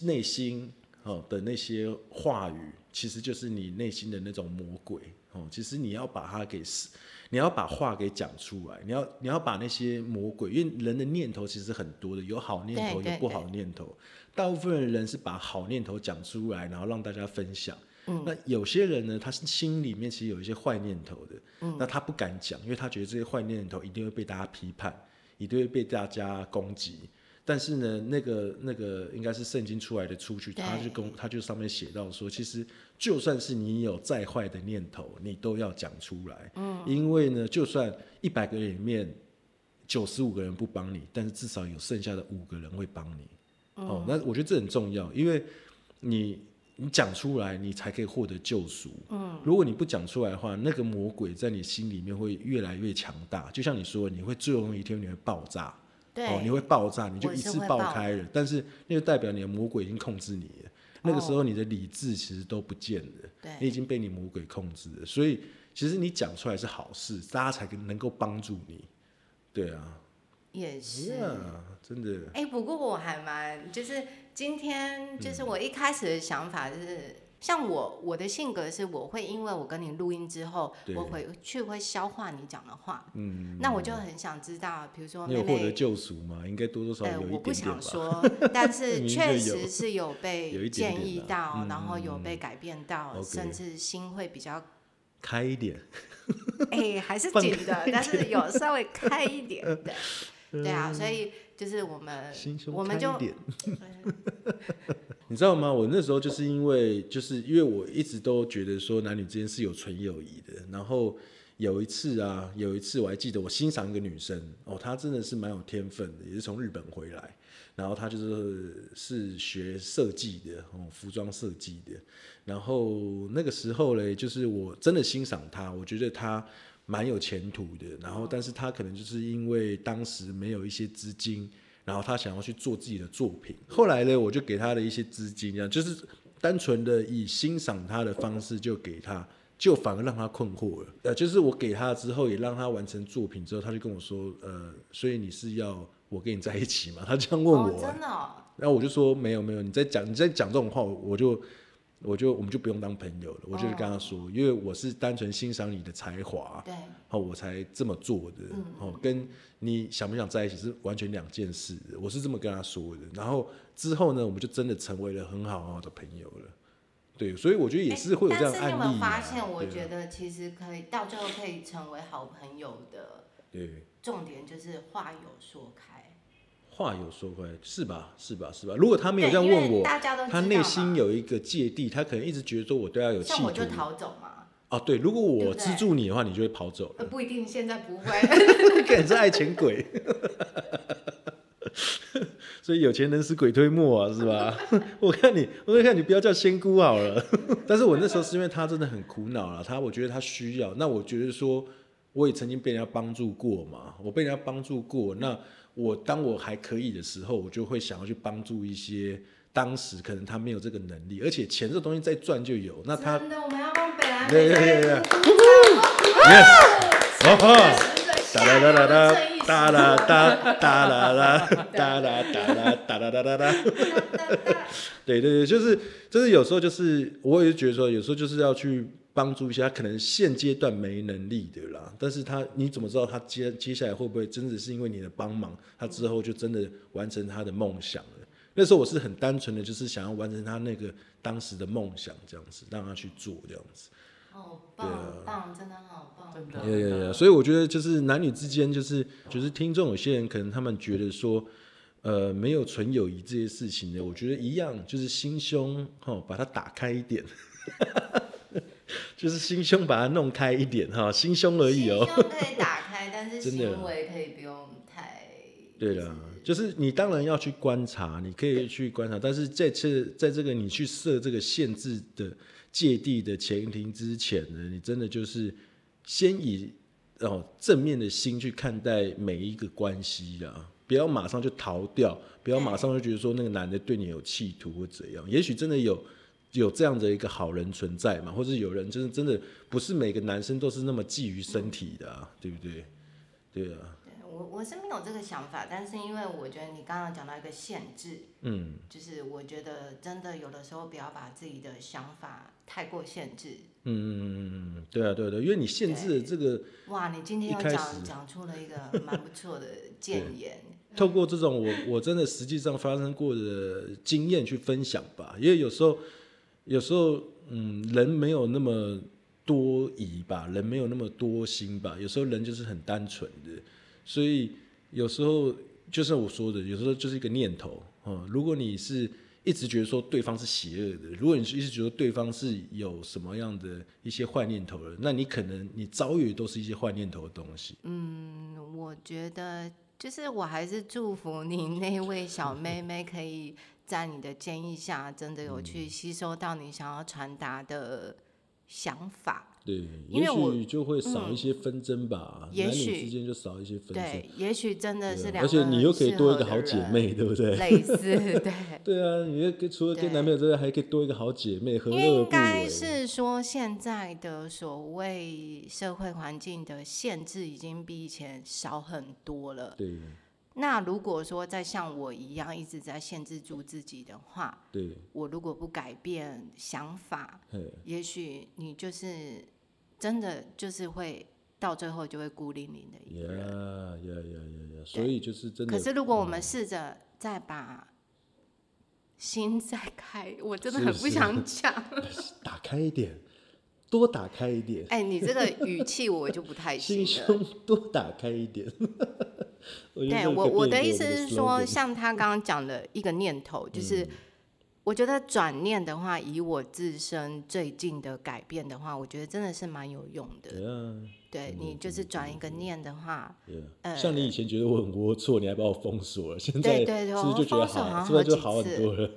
Speaker 1: 内心哦的那些话语，其实就是你内心的那种魔鬼哦。其实你要把它给是，你要把话给讲出来，你要你要把那些魔鬼，因为人的念头其实很多的，有好念头，
Speaker 2: 对对
Speaker 1: 有不好念头。大部分的人是把好念头讲出来，然后让大家分享。
Speaker 2: 嗯
Speaker 1: 那有些人呢，他是心里面其实有一些坏念头的，
Speaker 2: 嗯
Speaker 1: 那他不敢讲，因为他觉得这些坏念头一定会被大家批判，一定会被大家攻击。但是呢，那个那个应该是圣经出来的出去，
Speaker 2: 对
Speaker 1: 他就跟他就上面写到说，其实就算是你有再坏的念头，你都要讲出来，嗯，因为呢，就算一百个人里面九十五个人不帮你，但是至少有剩下的五个人会帮你。哦，那我觉得这很重要，因为你你讲出来，你才可以获得救赎。嗯，如果你不讲出来的话，那个魔鬼在你心里面会越来越强大。就像你说，你会最终有一天你会爆炸。
Speaker 2: 对、
Speaker 1: 哦，你会爆炸，你就
Speaker 2: 我
Speaker 1: 一
Speaker 2: 是
Speaker 1: 次
Speaker 2: 会
Speaker 1: 爆
Speaker 2: 爆
Speaker 1: 开了，但是那就代表你的魔鬼已经控制你了。那个时候你的理智其实都不见了，
Speaker 2: 哦对
Speaker 1: 你已经被你魔鬼控制了。所以其实你讲出来是好事，大家才能够帮助你。对啊，
Speaker 2: 也是。
Speaker 1: 啊，真的，
Speaker 2: 哎、不过我还蛮，就是今天，就是
Speaker 1: 嗯
Speaker 2: 我一开始的想法就是，像我我的性格是，我会因为我跟你录音之后，
Speaker 1: 对
Speaker 2: 我回去会消化你讲的话，
Speaker 1: 嗯，
Speaker 2: 那我就很想知道，比如说
Speaker 1: 你
Speaker 2: 妹
Speaker 1: 有获得
Speaker 2: 妹，
Speaker 1: 救赎吗？应该多多少
Speaker 2: 哦呃
Speaker 1: 少有，一
Speaker 2: 我不
Speaker 1: 点点
Speaker 2: 想
Speaker 1: 吧。
Speaker 2: 说， 但是
Speaker 1: 明明
Speaker 2: 确
Speaker 1: 就有
Speaker 2: 实是 有
Speaker 1: 有一
Speaker 2: 被
Speaker 1: 点点
Speaker 2: 建议
Speaker 1: 啦
Speaker 2: 到，
Speaker 1: 嗯
Speaker 2: 然后
Speaker 1: 嗯
Speaker 2: 有
Speaker 1: 嗯
Speaker 2: 被改变到，
Speaker 1: OK
Speaker 2: 甚至心会 比较，
Speaker 1: 开一点，
Speaker 2: 哎、还是
Speaker 1: 放
Speaker 2: 紧的，但是有稍微开一点 的，对啊，所以就是我们
Speaker 1: 嗯心
Speaker 2: 我
Speaker 1: 胸开
Speaker 2: 们就
Speaker 1: 一点。 你知道吗？我那时候就是因为，就是因为我一直都觉得说男女之间是有纯友谊的。然后有一次啊，有一次我还记得，我欣赏一个女生哦，她真的是蛮有天分的，也是从日本回来，然后她就是是学设计的哦，服装设计的。然后那个时候嘞，就是我真的欣赏她，我觉得她蛮有前途的。然后，但是她可能就是因为当时没有一些资金，然后她想要去做自己的作品。后来呢，我就给她的一些资金，这样就是单纯的以欣赏她的方式就给她。就反而让她困惑了，呃，就是我给她之后，也让她完成作品之后，她就跟我说，呃，所以你是要我跟你在一起吗？她这样问我、啊
Speaker 2: 哦，真的、哦。
Speaker 1: 然后我就说没有没有，你在讲你在讲这种话，我我就我就我们就不用当朋友了。我就是跟他说，
Speaker 2: 哦
Speaker 1: 因为我是单纯欣赏你的才华，
Speaker 2: 对，
Speaker 1: 哦，我才这么做的。
Speaker 2: 嗯
Speaker 1: 哦，跟你想不想在一起是完全两件事的。我是这么跟他说的。然后之后呢，我们就真的成为了很好很好的朋友了。对，所以我觉得也是会有这样的
Speaker 2: 哎但
Speaker 1: 案例、
Speaker 2: 是你
Speaker 1: 啊。
Speaker 2: 有没有发现？我
Speaker 1: 对啊
Speaker 2: 觉得其实可以到最后可以成为好朋友的
Speaker 1: 对，
Speaker 2: 重点就是话有说开。
Speaker 1: 话有说回来，是吧？是吧？是吧？如果他没有这样
Speaker 2: 对因
Speaker 1: 问
Speaker 2: 为
Speaker 1: 我，
Speaker 2: 大家都知道
Speaker 1: 他
Speaker 2: 嘛
Speaker 1: 内心有一个芥蒂，他可能一直觉得说我对他有企
Speaker 2: 像
Speaker 1: 图
Speaker 2: 我就逃走嘛，
Speaker 1: 哦，对，如果
Speaker 2: 对
Speaker 1: 我
Speaker 2: 不
Speaker 1: 资
Speaker 2: 对
Speaker 1: 助你的话，你就会跑走
Speaker 2: 呃，
Speaker 1: 了。
Speaker 2: 不一定，现在不会。
Speaker 1: 可能是爱钱鬼， 所以有钱能使鬼推磨啊，是吧？ 我看你，我看你不要叫仙姑好了。 但是我那时候是因为他真的很苦恼了，他我觉得他需要，那我觉得说我也曾经被人家帮助过嘛，我被人家帮助过，那我当我还可以的时候，我就会想要去帮助一些当时可能他没有这个能力，而且钱这东西再赚就有，那他
Speaker 2: 真的，我们要帮北兰
Speaker 1: 对
Speaker 2: 北
Speaker 1: 对对对
Speaker 2: 兰鼓鼓
Speaker 1: yes，哦吼
Speaker 2: 掌
Speaker 1: 哒啦啦啦啦，哒啦哒哒
Speaker 2: 哒
Speaker 1: 啦啦， 哒啦哒啦哒啦哒啦哒。对对对，就是就是有时候就是我也是觉得说，有时候就是要去帮助一下他可能现阶段没能力的啦，但是他你怎么知道他接接下来会不会真的是因为你的帮忙，他之后就真的完成他的梦想了？那时候我是很单纯的，就是想要完成他那个当时的梦想，这样子让他去做这样子。
Speaker 2: 好
Speaker 1: 对
Speaker 2: 棒棒，真的好棒，
Speaker 3: 真的
Speaker 1: 对对对，所以我觉得就是男女之间，就是就是听众有些人可能他们觉得说，呃，没有纯友谊这些事情的，我觉得一样，就是心胸哈、哦，把它打开一点， 就是心胸把它弄开一点哈、心胸而已哦。
Speaker 2: 心胸可以打开，但是
Speaker 1: 真的
Speaker 2: 行为可以不用太。
Speaker 1: 对啦，就是你当然要去观察，你可以去观察，但是在这在这个你去设这个限制的芥蒂的前提之前呢，你真的就是先以哦正面的心去看待每一个关系啦，不要马上就逃掉，不要马上就觉得说那个男的对你有企图或怎样，也许真的有。有这样的一个好人存在嘛，或者有人就是真的不是每个男生都是那么觊觎身体的、啊，对不对？对啊，
Speaker 2: 对我我是没有这个想法，但是因为我觉得你刚刚讲到一个限制，
Speaker 1: 嗯，
Speaker 2: 就是我觉得真的有的时候不要把自己的想法太过限制。
Speaker 1: 嗯，对啊，对啊对啊，因为你限制了这个，
Speaker 2: 哇，你今天
Speaker 1: 一
Speaker 2: 又
Speaker 1: 开始
Speaker 2: 讲讲出了一个蛮不错 的谏言，
Speaker 1: 透过这种我我真的实际上发生过的经验去分享吧，因为有时候有时候嗯，人没有那么多疑吧，人没有那么多心吧，有时候人就是很单纯的，所以有时候就像我说的，有时候就是一个念头嗯，如果你是一直觉得说对方是邪恶的，如果你是一直觉得对方是有什么样的一些坏念头的，那你可能你遭遇的都是一些坏念头的东西。
Speaker 2: 嗯，我觉得就是我还是祝福你那 位小妹妹可以在你的建议下，真
Speaker 1: 嗯
Speaker 2: 的有去吸收到你想要传达的想法。
Speaker 1: 对，
Speaker 2: 因为我嗯
Speaker 1: 也许就会少一些纷争吧，
Speaker 2: 也
Speaker 1: 男女
Speaker 2: 许
Speaker 1: 之间就少一些纷争，
Speaker 2: 对，也许真的是
Speaker 1: 对啊
Speaker 2: 两
Speaker 1: 而
Speaker 2: 个
Speaker 1: 且你又可以
Speaker 2: 很
Speaker 1: 多一
Speaker 2: 适
Speaker 1: 个
Speaker 2: 合
Speaker 1: 好
Speaker 2: 的
Speaker 1: 姐
Speaker 2: 人，
Speaker 1: 妹，对不对？
Speaker 2: 类似对。
Speaker 1: 对啊，你又跟除了跟
Speaker 2: 对
Speaker 1: 男朋友之外，还可以多一个好姐妹，何
Speaker 2: 因
Speaker 1: 乐而
Speaker 2: 为应
Speaker 1: 不为
Speaker 2: 该？是说，现在的所谓社会环境的限制已经比以前少很多了。
Speaker 1: 对
Speaker 2: 那如果说再像我一样一直在限制住自己的话，
Speaker 1: 对，
Speaker 2: 我如果不改变想法，
Speaker 1: 嘿
Speaker 2: 也许你就是真的就是会到最后就会孤零零的一
Speaker 1: 呀
Speaker 2: 个人。
Speaker 1: 呀呀呀呀，所以就是真的，嗯
Speaker 2: 可是如果我们试着再把心再开，我真的
Speaker 1: 是
Speaker 2: 很不
Speaker 1: 是
Speaker 2: 想讲。
Speaker 1: 打开一点，多打开一点，
Speaker 2: 哎、你这个语气我就不太
Speaker 1: 心
Speaker 2: 行了。
Speaker 1: 胸多打开一点。 我觉得
Speaker 2: 对
Speaker 1: 这个
Speaker 2: 我
Speaker 1: 可以
Speaker 2: 我
Speaker 1: 变
Speaker 2: 的
Speaker 1: 成
Speaker 2: 意思
Speaker 1: 我
Speaker 2: 是
Speaker 1: slogan 嗯
Speaker 2: 说，像他刚刚讲的一个念头，就是、我觉得转念的话，以我自身最近的改变的话，我觉得真的是蛮有用的。
Speaker 1: 对啊，
Speaker 2: 对你就是转一个念的话，
Speaker 1: 对啊
Speaker 2: 呃
Speaker 1: 像你以前觉得我很龌龊，你还把我封锁了，现在
Speaker 2: 对
Speaker 1: 是
Speaker 2: 对对
Speaker 1: 不
Speaker 2: 我
Speaker 1: 是就觉得
Speaker 2: 封锁
Speaker 1: 好，
Speaker 2: 好像
Speaker 1: 是不是就
Speaker 2: 好
Speaker 1: 好
Speaker 2: 几
Speaker 1: 很
Speaker 2: 次
Speaker 1: 多 了？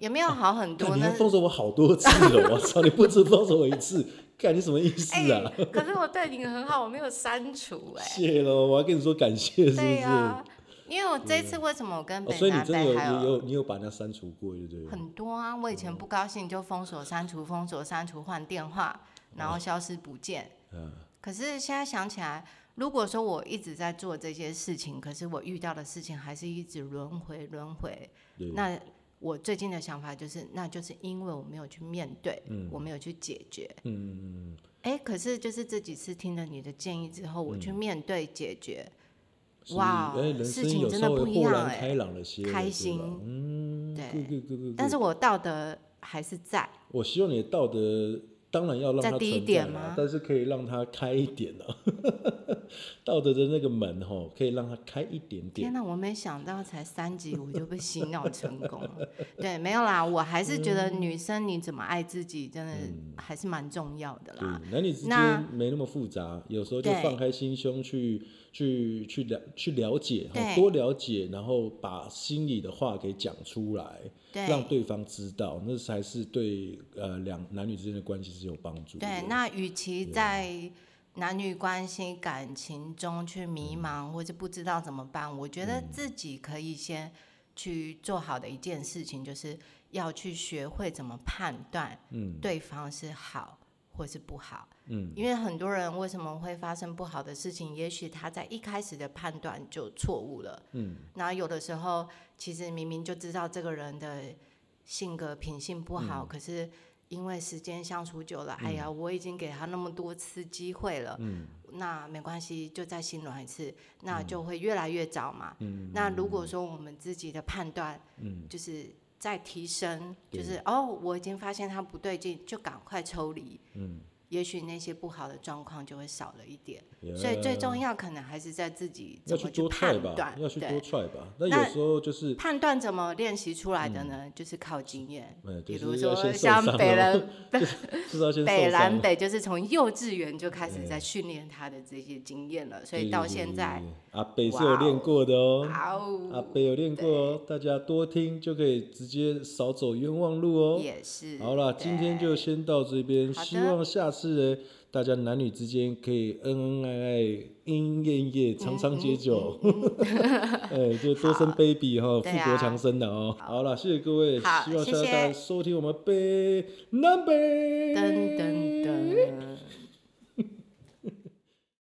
Speaker 2: 也没有好很多
Speaker 1: 干 你还
Speaker 2: 呢。
Speaker 1: 封锁我好多次了，我操！你不止封锁我一次，干你什么意思
Speaker 2: 哎、
Speaker 1: 啊？
Speaker 2: 可是我对你很好，我没有 删除哎、
Speaker 1: 谢喽，我要跟你说感谢，是不
Speaker 2: 对
Speaker 1: 是？
Speaker 2: 呀、因为我这次为什么我跟
Speaker 1: 哦，
Speaker 2: 北
Speaker 1: 所以你
Speaker 2: 南
Speaker 1: 真的有
Speaker 2: 北还
Speaker 1: 你有你有把人家删除过，对不对？
Speaker 2: 很多啊，我以前
Speaker 1: 嗯
Speaker 2: 不高兴就封锁、删除、封锁、删除、换电话，然后消失不见。
Speaker 1: 嗯
Speaker 2: 可是现在想起来，如果说我一直在做这些事情，可是我遇到的事情还是一直轮回轮回，
Speaker 1: 对
Speaker 2: 那我最近的想法就是，那就是因为我没有去面对，我没有去解决。
Speaker 1: 嗯，
Speaker 2: 哎，可是就是这几次听了你的建议之后，我
Speaker 1: 嗯
Speaker 2: 去面对解决，
Speaker 1: 是
Speaker 2: 哇
Speaker 1: 哎，人
Speaker 2: 事
Speaker 1: 生
Speaker 2: 情
Speaker 1: 有
Speaker 2: 真
Speaker 1: 稍
Speaker 2: 的
Speaker 1: 微
Speaker 2: 不一
Speaker 1: 豁
Speaker 2: 样
Speaker 1: 然
Speaker 2: 哎
Speaker 1: 开朗了些了，
Speaker 2: 开
Speaker 1: 对吧
Speaker 2: 心哎
Speaker 1: 嗯，
Speaker 2: 对
Speaker 1: 对对对对。
Speaker 2: 但是我道德还是在。
Speaker 1: 我希望你的道德当然要让它
Speaker 2: 再
Speaker 1: 存
Speaker 2: 低一
Speaker 1: 在
Speaker 2: 点
Speaker 1: 啦
Speaker 2: 吗
Speaker 1: 但是可以让它开一点啊。 道德的那个门吼，可以让它开一点点
Speaker 2: 天。哪，我没想到才三集我就被洗脑成功了。对，没有啦，我还是觉
Speaker 1: 嗯
Speaker 2: 得女生你怎么爱自己，真的还是蛮重要的啦。
Speaker 1: 对，男女嗯之
Speaker 2: 啊那
Speaker 1: 间没那么复杂，有时候就
Speaker 2: 对
Speaker 1: 放开心胸去去去了去了解，
Speaker 2: 对
Speaker 1: 哈多了解，然后把心里的话给讲出来，让
Speaker 2: 对
Speaker 1: 对方知道，那才是对呃两男女之间的关系是有帮助的。
Speaker 2: 对，那与其
Speaker 1: 啊
Speaker 2: 在男女关系、感情中去
Speaker 1: 嗯
Speaker 2: 迷茫或是不知道怎么办，我觉得自己可以先去做好的一件事情，就是要去学会怎么判断
Speaker 1: 嗯
Speaker 2: 对方是好或是不好。
Speaker 1: 嗯，
Speaker 2: 因为很多人为什么会发生不好的事情，也许他在一开始的判断就错误了。
Speaker 1: 嗯，
Speaker 2: 那有的时候其实明明就知道这个人的性格品性不
Speaker 1: 嗯
Speaker 2: 好，可是因为时间相处久了，哎呀，我已经给他那么多次机会了，嗯，那没关系，就再心软一次，那
Speaker 1: 嗯
Speaker 2: 就会越来越早嘛。嗯，那如果说我们自己的判断，嗯，就是。在提升，就
Speaker 1: 对
Speaker 2: 是哦，我已经发现他不对劲，就赶快抽离。
Speaker 1: 嗯
Speaker 2: 也许那些不好的状况就会少了一点。所以最重
Speaker 1: 要
Speaker 2: 要可能还是在自己
Speaker 1: 嗯呃要
Speaker 2: 怎
Speaker 1: 去多
Speaker 2: 么
Speaker 1: 踹
Speaker 2: 判
Speaker 1: 吧
Speaker 2: 断，，
Speaker 1: 要去多
Speaker 2: 对，
Speaker 1: 踹吧。那
Speaker 2: 那
Speaker 1: 有时候就是。
Speaker 2: 判断怎么练习出来的呢？就是靠经验。
Speaker 1: 呃，
Speaker 2: 比
Speaker 1: 嗯就
Speaker 2: 如
Speaker 1: 是要 先
Speaker 2: 说
Speaker 1: 受
Speaker 2: 像
Speaker 1: 伤
Speaker 2: 北
Speaker 1: 了
Speaker 2: 人
Speaker 1: 至少先
Speaker 2: 北
Speaker 1: 受伤
Speaker 2: 南
Speaker 1: 了，哎
Speaker 2: 北，就是从幼稚园就开始在训练他的这些经验了，所以到现在，
Speaker 1: 阿北是有练过的哦，
Speaker 2: 哇
Speaker 1: 阿
Speaker 2: 哦，
Speaker 1: 北有练过哦，大家多听就可以直接少走冤枉路哦。
Speaker 2: 也是。
Speaker 1: 好啦，今天就先到这边，
Speaker 2: 好的
Speaker 1: 希望下次呢，大家男女之间可以恩恩爱爱、莺莺燕燕、长长久久，
Speaker 2: 嗯
Speaker 1: 哎，就多生 baby 哈，富
Speaker 2: 对啊
Speaker 1: 国强身的哦。好啦，谢谢各位，
Speaker 2: 好
Speaker 1: 希望
Speaker 2: 谢
Speaker 1: 下次大家
Speaker 2: 谢
Speaker 1: 收听我们北南北。
Speaker 2: 噔噔噔。